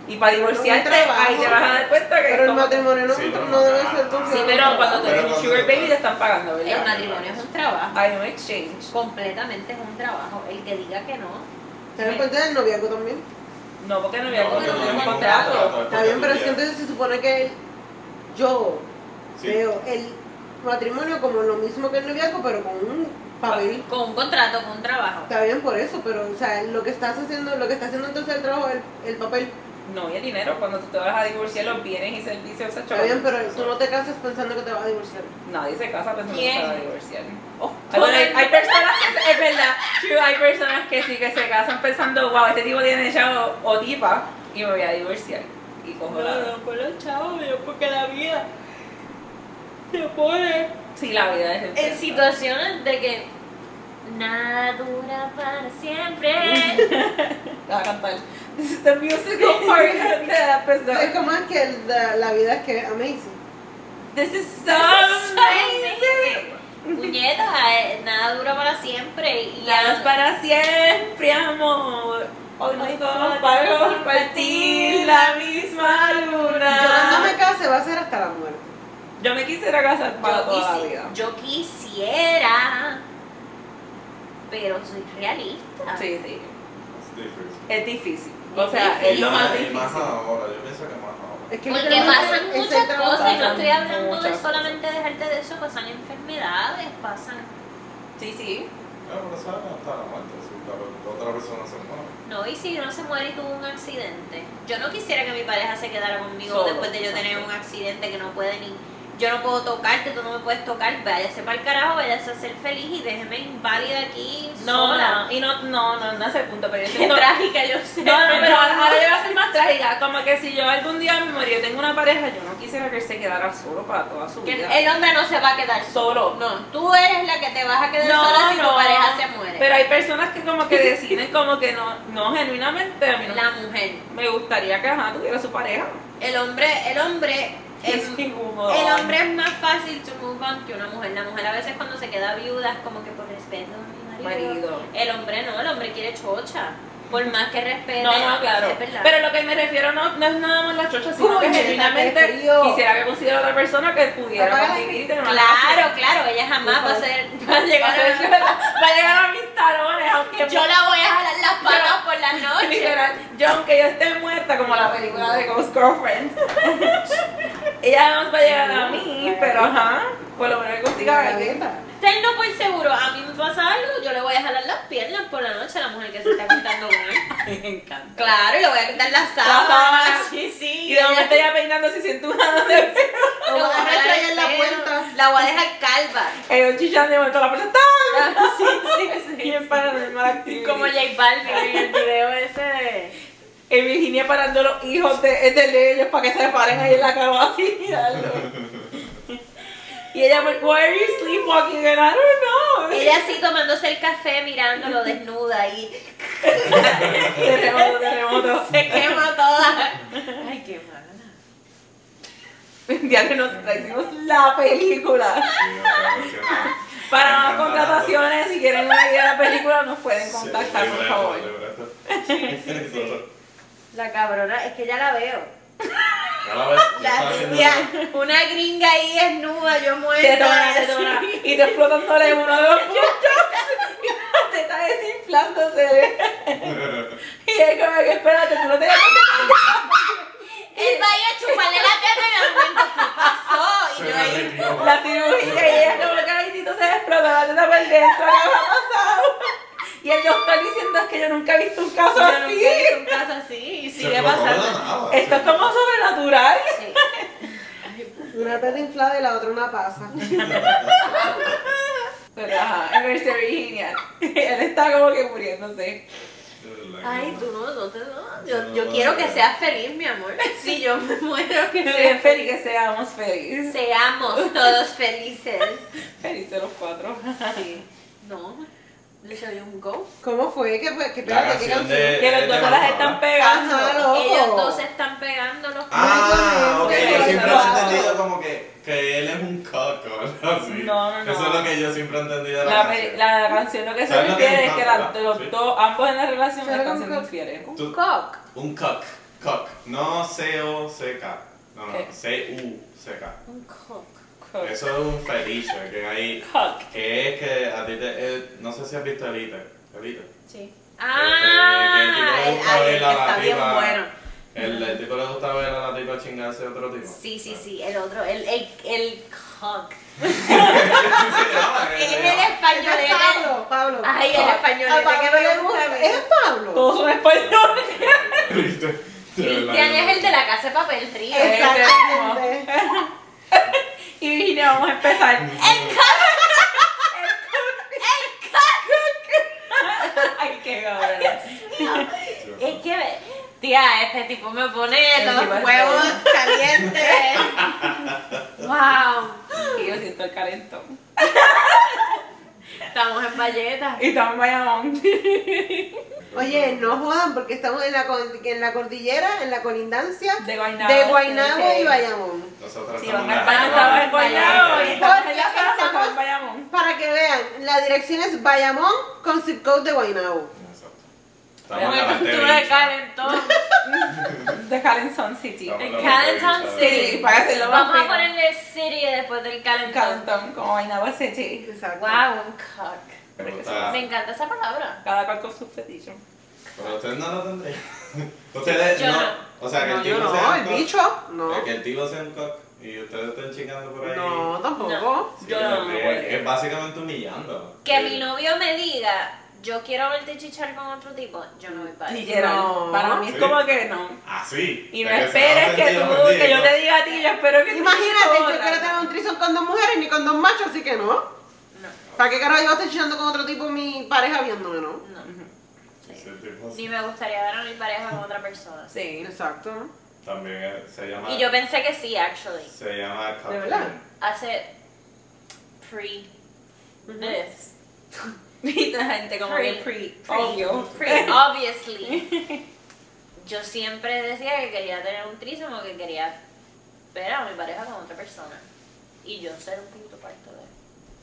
Y para Pero no es un divorciarte, trabajo. ahí te vas a dar cuenta que. Pero el como- matrimonio no, Sí, no, no debe ser no. entonces. Sí, pero cuando tú Pero eres un cuando sugar tú- baby te están pagando, El ¿verdad? matrimonio es un trabajo. Hay un exchange. Completamente es un trabajo. El que diga que no. ¿Te das cuenta del noviazgo también? No, porque no había No, porque contrato, no no hay un ningún contrato. contrato, es Está porque bien, tú pero es que quieres. entonces se supone que yo Sí. veo el matrimonio como lo mismo que el noviazgo, pero con un papel. Con un contrato, con un trabajo. Está bien por eso, pero o sea, lo que estás haciendo, lo que está haciendo entonces el trabajo, el, el papel, No, y el dinero, cuando tú te vas a divorciar, los bienes y servicios, esa está bien, pero tú no te casas pensando que te vas a divorciar. Nadie se casa pensando que ¿Quién? se va a divorciar. Ay, bueno, hay, hay personas que, es verdad, true, hay personas que sí que se casan pensando, wow, este tipo tiene ya o, o tipa y me voy a divorciar. Y cojo la. con los chavos, yo porque la vida se pone. Sí, la vida es el En situaciones de que nada dura para siempre. Va a cantar. This is the musical part de la Es persona. como es que el- la, la vida es que es amazing. This is so amazing. Puñeta, eh, nada dura para siempre. Y Nada es al- para siempre, amor. Hoy Hoy nos solo para compartir compartir la misma Ah. luna. Yo cuando me case va a ser hasta la muerte. Yo me quisiera casar para yo, toda la quisi- vida. yo quisiera. Pero soy realista. Sí, sí. Es difícil. Ah. Es difícil. O sea, Y más- y más ahora, yo pienso que más ahora. Es que Porque literalmente pasan ese muchas trabajo- cosas. y No estoy Pasan hablando de muchas solamente dejarte de eso. Pasan enfermedades, pasan. Sí, sí. Claro, pero eso es hasta la muerte, si la- la otra persona se muere. No, y si uno se muere y tuvo un accidente. Yo no quisiera que mi pareja se quedara conmigo Solo, después de yo exacto. tener un accidente que no puede ni. Yo no puedo tocarte, tú no me puedes tocar. Váyase para el carajo, váyase a ser feliz y déjeme inválida aquí. No, sola. no, y no, no, no, no es el punto, pero yo Qué siento- trágica yo sé. No, no, pero ahora ahora yo voy a ser más trágica. Como que si yo algún día me morí, yo tengo una pareja, yo no quisiera que él se quedara solo para toda su Que vida. el hombre no se va a quedar solo. solo. No, tú eres la que te vas a quedar sola si tu pareja se muere. Pero hay personas que como que deciden como que no, no genuinamente a mí no La mujer. me gustaría que ajá, tuviera su pareja. El hombre, el hombre. Es em, incómodo. El hombre es más fácil to move on que una mujer. La mujer a veces cuando se queda viuda es como que por respeto a mi marido. marido. El hombre no, el hombre quiere chocha. Por más que respete. No, no, claro. Es verdad. Pero lo que me refiero no, no es nada más la chocha, sino que Puñeta, qué genuinamente frío. quisiera que pusiera a otra persona que pudiera Apaga la convivir y tener una claro, claro, ella jamás va a ser, va a Va a, llegar ser- a va a llegar a mis talones, aunque Yo la voy a jalar las patas por la noche. literal, yo aunque yo esté muerta como la película de Ghost Girlfriend. Ella no va a llegar a mí, pero ajá, por lo menos que consiga La alguien. gaveta. Tenlo por seguro, a mí me pasa algo, yo le voy a jalar las piernas por la noche a la mujer que se está pintando con él. Me encanta. Claro, y le voy a quitar las sábana. sábanas. Sí, sí. Y de momento ella peinándose y siento una donde Le O voy van a jalar estrellar el la pelo, puerta. La voy a dejar calva. el chichando de momento la persona Ah, sí, sí, está bien paranormal activity. Como J Balvin en el video ese de. En Virginia parando los hijos de, de ellos para que se paren ahí en la cama así. mirarlo. y ella, like, why are you sleepwalking? And I don't know, Ella así tomándose el café, mirándolo desnuda y Terremoto, terremoto. se quema toda. Ay, qué mala. Ya que nos trajimos la película. Para más contrataciones, si quieren una idea de la película, nos pueden contactar, por favor. La cabrona, es que ya la veo. La Ya. ya, una gringa ahí desnuda, yo muerta. Tetona, así. tetona. Y te explotándole uno de los puntos. Y te está desinflándose. Y es como que espérate, tú no te Él va ahí a chuparle la teta y al momento, ¿qué pasó? Y yo ahí, la cirugía y ella como que el tito se explotó la teta por dentro, ¿qué habrá pasado? Y el doctor diciendo es que yo nunca he visto un caso yo nunca así. he visto un caso así y sigue pasando. Esto es como sobrenatural. Sí. Una teta inflada y la otra una pasa. Pero ajá, Anniversary Genial. Él está como que muriéndose. Ay, tú no, no te no. Yo, No, yo no, quiero que no. seas feliz, mi amor. Si yo me muero, que Que seas sean feliz, que seamos felices. Seamos todos felices. Felices los cuatro. Sí. No. Le soy un go. ¿Cómo fue? ¿Qué, fue? ¿Qué, La espérate, ¿qué canción canción? de- Que los dos se las están pegando. Ajá, loco. Ellos dos se están pegando los Ah, ok, yo siempre Wow. he entendido como que, que él es un coco, ¿no? Así. No, no, no. Eso es lo que yo siempre he entendido de la, La, pe- canción. la canción lo que se ¿Sabes lo que refiere me es que encanta, la- verdad? los Sí. dos, ambos en la relación, ¿Sabes están con siendo qué? infieles. Tú- Cock. Un cock, cock, no C-O-C-K, no, no, ¿Qué? C-U-C-K. Un cock. Cock. Eso es un fetiche que hay, Cock. que es que a ti te, eh, no sé si has visto el ítem, el ítem. Sí. Ah, Ah, que el el, tipo ay, de el que la está bien diva. bueno. El, el tipo le gusta ver a la tipa chingarse a otro tipo. Sí, sí, sí, el otro, el, el, el cock. Es el Ah, Ese español, es Pablo, Pablo. Ay, el español, A Pablo que me le gusta. a gusta. mí. ¿Es Pablo? Todos son españoles. ¿Viste? De verdad, Cristian yo no- es el de la casa de papel frío. Eh. Exactamente. Y Virginia, vamos a empezar. Mm. Ay, qué cabrón. Es que, tía, este tipo me pone tipo los es huevos calientes. wow, Y yo siento el calentón. estamos en Valletas. Y estamos en Bayamón. Oye, no jodan porque estamos en la, con- en la cordillera, en la colindancia De Guaynabo. de Guaynabo y Bayamón. Bayamón. Nosotros Sí, somos vamos a la- España, estamos en Guaynabo. Y estamos en la Porque casa, estamos en estamos- Bayamón. Para que vean, la dirección es Bayamón con zip code de Guaynabo. Exacto. Yo Estamos en me la parte construyo de bicha. ¿eh? calentón. De Calenton City. Estamos en la Calenton parte bicha. City. para hacerlo más Vamos a fino. ponerle City después del calentón. Calenton, como Guaynabo City. Exacto. Wow, un cock. Me gusta. Me encanta esa palabra. Cada cual con su fetiche. Pero ustedes no lo tendrían. Ustedes Yo no. no. O sea, que No, el yo tipo no, sea el un cock. Eh, bicho, no. Que el tipo sea un cock. Y ustedes estén chingando por ahí. No, tampoco. Sí, Yo no, no es- puedo. Es básicamente humillando. Que mi novio me diga, yo quiero verte chichar con otro tipo, yo no voy para ahí. Literal. No. Para mí es Sí. como que no. Así. Y no De Ah, que se esperes va a que sentir tú, que yo ofendido. te diga a ti, yo espero que tú Imagínate, yo otra. quiero tener un trison con dos mujeres ni con dos machos, así que no. ¿Para qué carajo yo estoy chillando con otro tipo mi pareja viéndome, no? No. Ese tipo Ni me gustaría dar a mi pareja con otra persona. Sí. Exacto. También es- se llama. Y yo pensé que sí, actually. Se llama cock. ¿De verdad? Hace pre this. Y la gente como que pre, obvio. Pre, obviously. Yo siempre decía que quería tener un trísimo, que quería ver a mi pareja con otra persona. Y yo ser un poquito parte de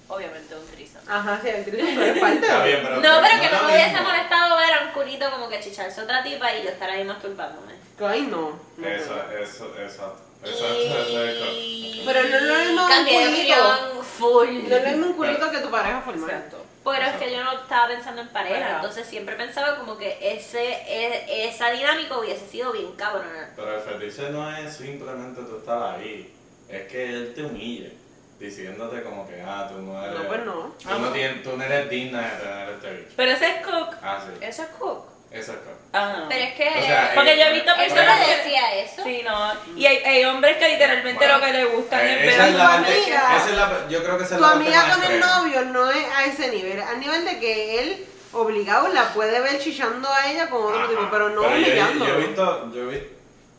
Obviamente un trísimo. Ajá, sí, el trison es parte Está bien, de... pero. No, pero que no lo me hubiese mismo. molestado ver a un culito como que chicharse a otra tipa y yo estar ahí masturbándome. Ay, no. no. Eso, eso, exacto. Exacto, eso es Y- cock. Pero no es lo mismo un Cambié de culito. opinión full. No es lo mismo un culito que tu pareja formal. Exacto. Pero es que yo no estaba pensando en pareja, Pareja. entonces siempre pensaba como que ese, e- esa dinámica hubiese sido bien cabrona. Pero el fetiche no es simplemente tú estar ahí, es que él te humille, diciéndote como que, ah, tú no eres. No, pues no. Tú no, tienes, tú no eres digna de tener este bicho. Pero ese es cook. Ah, sí, Eso es cook. exacto. Ah, no. Pero es que... O sea, Porque eh, yo he visto por ¿Eso le personas ejemplo, decía eso? Sí, no. Y hay, hay hombres que literalmente Bueno, lo que le gustan eh, es ver esa a es su la tu parte- amiga. esa es la- Yo creo que esa es Tu la parte amiga más con el extrema. novio no es a ese nivel, al nivel de que él obligado la puede ver chillando a ella con otro Ajá. tipo, pero no yo- humillando. Yo, he visto, yo he visto,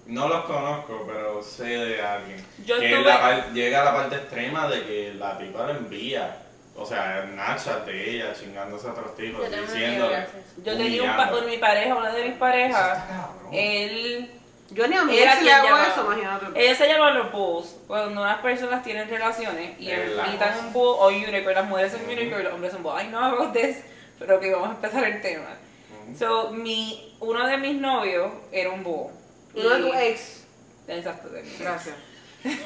no los conozco, pero sé de alguien Yo que estuve- la par- llega a la parte extrema de que la tipa le envía O sea, Nacha de ella chingándose a otros tipos, Yo tengo una diciéndole. teoría, sí. Yo tenía un pa- con mi pareja, una de mis parejas, eh, él Yo ni a mí Era si le quien hago llamaba. Eh, eso, imagínate. Ella se llama los bulls, cuando unas personas tienen relaciones y Es la invitan cosa. un bull o unicorn, las mujeres son unicorn, los hombres son bull. Ay, no hago this, pero que vamos a empezar el tema. So, mi, uno de mis novios era un bull. Y- Uno de tus ex. Exacto, de mí. Gracias.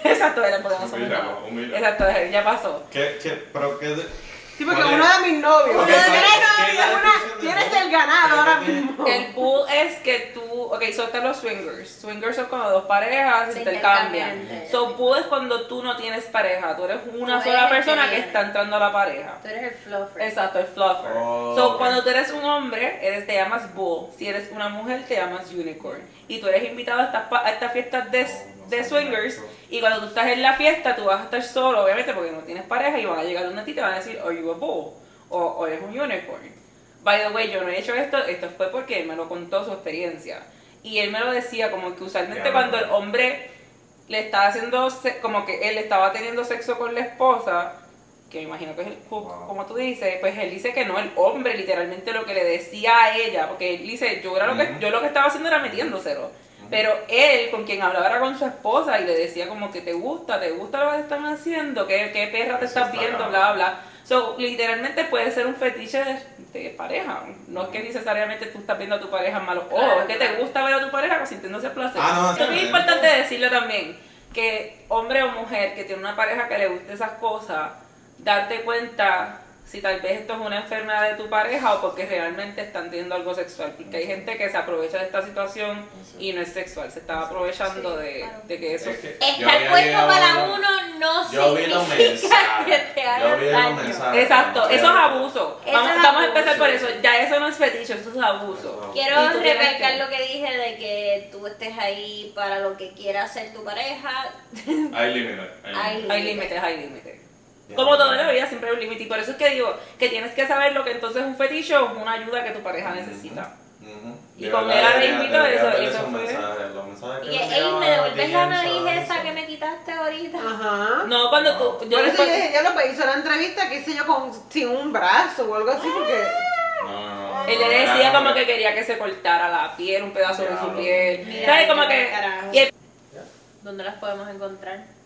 Exacto, era podemos Humilla, hablar. humilla. Exacto, ya pasó. ¿Qué, qué, pero qué de- Sí, porque ¿Cuál uno es? de mis novios. Ok, Uno de mis ¿cuál es? ¿Qué novios, es la una- definición de Tienes novio? el ganado ¿Qué ahora tiene? mismo. El bull es que tú, ok, so están los swingers. Swingers son cuando dos parejas se intercambian. intercambian. So, bull es cuando tú no tienes pareja, tú eres una Tú sola eres el que persona que viene. está entrando a la pareja. Tú eres el fluffer. Exacto, el fluffer. Oh, so, ok. cuando tú eres un hombre, eres, te llamas bull. Si eres una mujer, te llamas unicorn. Y tú eres invitado a estas, pa- a estas fiestas de, Oh, no de sabía swingers. eso. Y cuando tú estás en la fiesta, tú vas a estar solo, obviamente, porque no tienes pareja. Y van a llegar donde a ti y te van a decir, are you a bull? O, o eres un unicorn. By the way, yo no he hecho esto. Esto fue porque él me lo contó su experiencia. Y él me lo decía como que usualmente Ya, cuando bueno. el hombre le estaba haciendo, se- como que él estaba teniendo sexo con la esposa, que me imagino que es el cook, Wow. como tú dices, pues él dice que no, el hombre literalmente lo que le decía a ella, porque él dice, yo, era lo, que, Ujú. yo lo que estaba haciendo era metiéndoselo, pero él con quien hablaba era con su esposa y le decía como que te gusta, te gusta lo que te están haciendo, qué, qué perra te Eso estás está viendo, cabrón. bla, bla. So, literalmente puede ser un fetiche de, de pareja, no es que necesariamente tú estás viendo a tu pareja malo, o Claro, es que claro. te gusta ver a tu pareja sintiéndose placer. Ah, no, Esto es sí, bien sí. importante decirlo también, que hombre o mujer que tiene una pareja que le guste esas cosas, darte cuenta si tal vez esto es una enfermedad de tu pareja o porque realmente están teniendo algo sexual. Porque hay gente que se aprovecha de esta situación y no es sexual, se está aprovechando Sí, de, claro. de que eso... Es que yo Estar había puesto llegado para a- uno no Yo vi los significa que mensajes. te Yo vi los hagan daño. mensajes. Exacto, eso es abuso. Eso Vamos, es vamos a abuso. empezar por eso. Ya eso no es fetiche, eso es Eso es abuso. abuso. Quiero Y tú tienes recalcar que- lo que dije de que tú estés ahí para lo que quiera hacer tu pareja. Hay límites. Hay Hay límites, hay límites. Como todo en la vida siempre hay un límite y por eso es que digo que tienes que saber lo que entonces es un fetiche o es una ayuda que tu pareja necesita. Y con él ahora invito a eso, eso fue- Y ey, me devolves la nariz esa que me quitaste ahorita. Ajá. No, cuando tú... Yo Yo por eso después- yo dije, ya lo hizo la entrevista que hice yo con, sin un brazo o algo así, Ah, porque... Él le decía como que quería que se cortara la piel, un pedazo de su Diablo. piel. Mira, ¿Sabes? Como mira, que. carajo. Y el- ¿Dónde las podemos encontrar?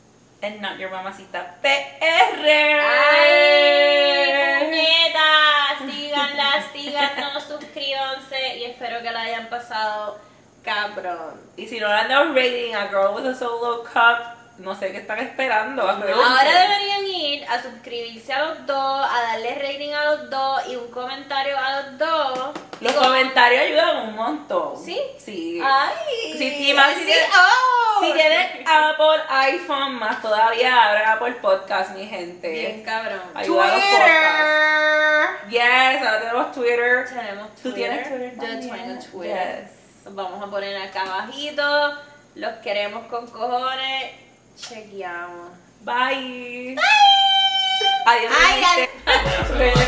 And not your mamacita PR. ¡Ay, puñetas! Síganla, síganos, suscríbanse y espero que la hayan pasado cabrón. Y si no le han dado rating a Girl with a Solo Cup, no sé qué están esperando. Ahora deberían ir a suscribirse a los dos, a darle rating a los dos y un comentario a los dos. Los Digo, comentarios ayudan un montón. ¿Sí? Ah. Sí. ¡Ay! Sí, sí, más si sí, tiene- oh. Si tienen Apple iPhone más todavía, ahora Apple Podcast, mi Bien gente. cabrón. Ayuda a los podcasts. Yes, ahora tenemos Twitter. Tenemos Twitter. ¿Tú tienes Twitter? Yo también? tengo Twitter. Yes. Los vamos a poner acá abajito. Los queremos con cojones. Chequeamos. Bye. Adiós. Ay, gente. que. Ah,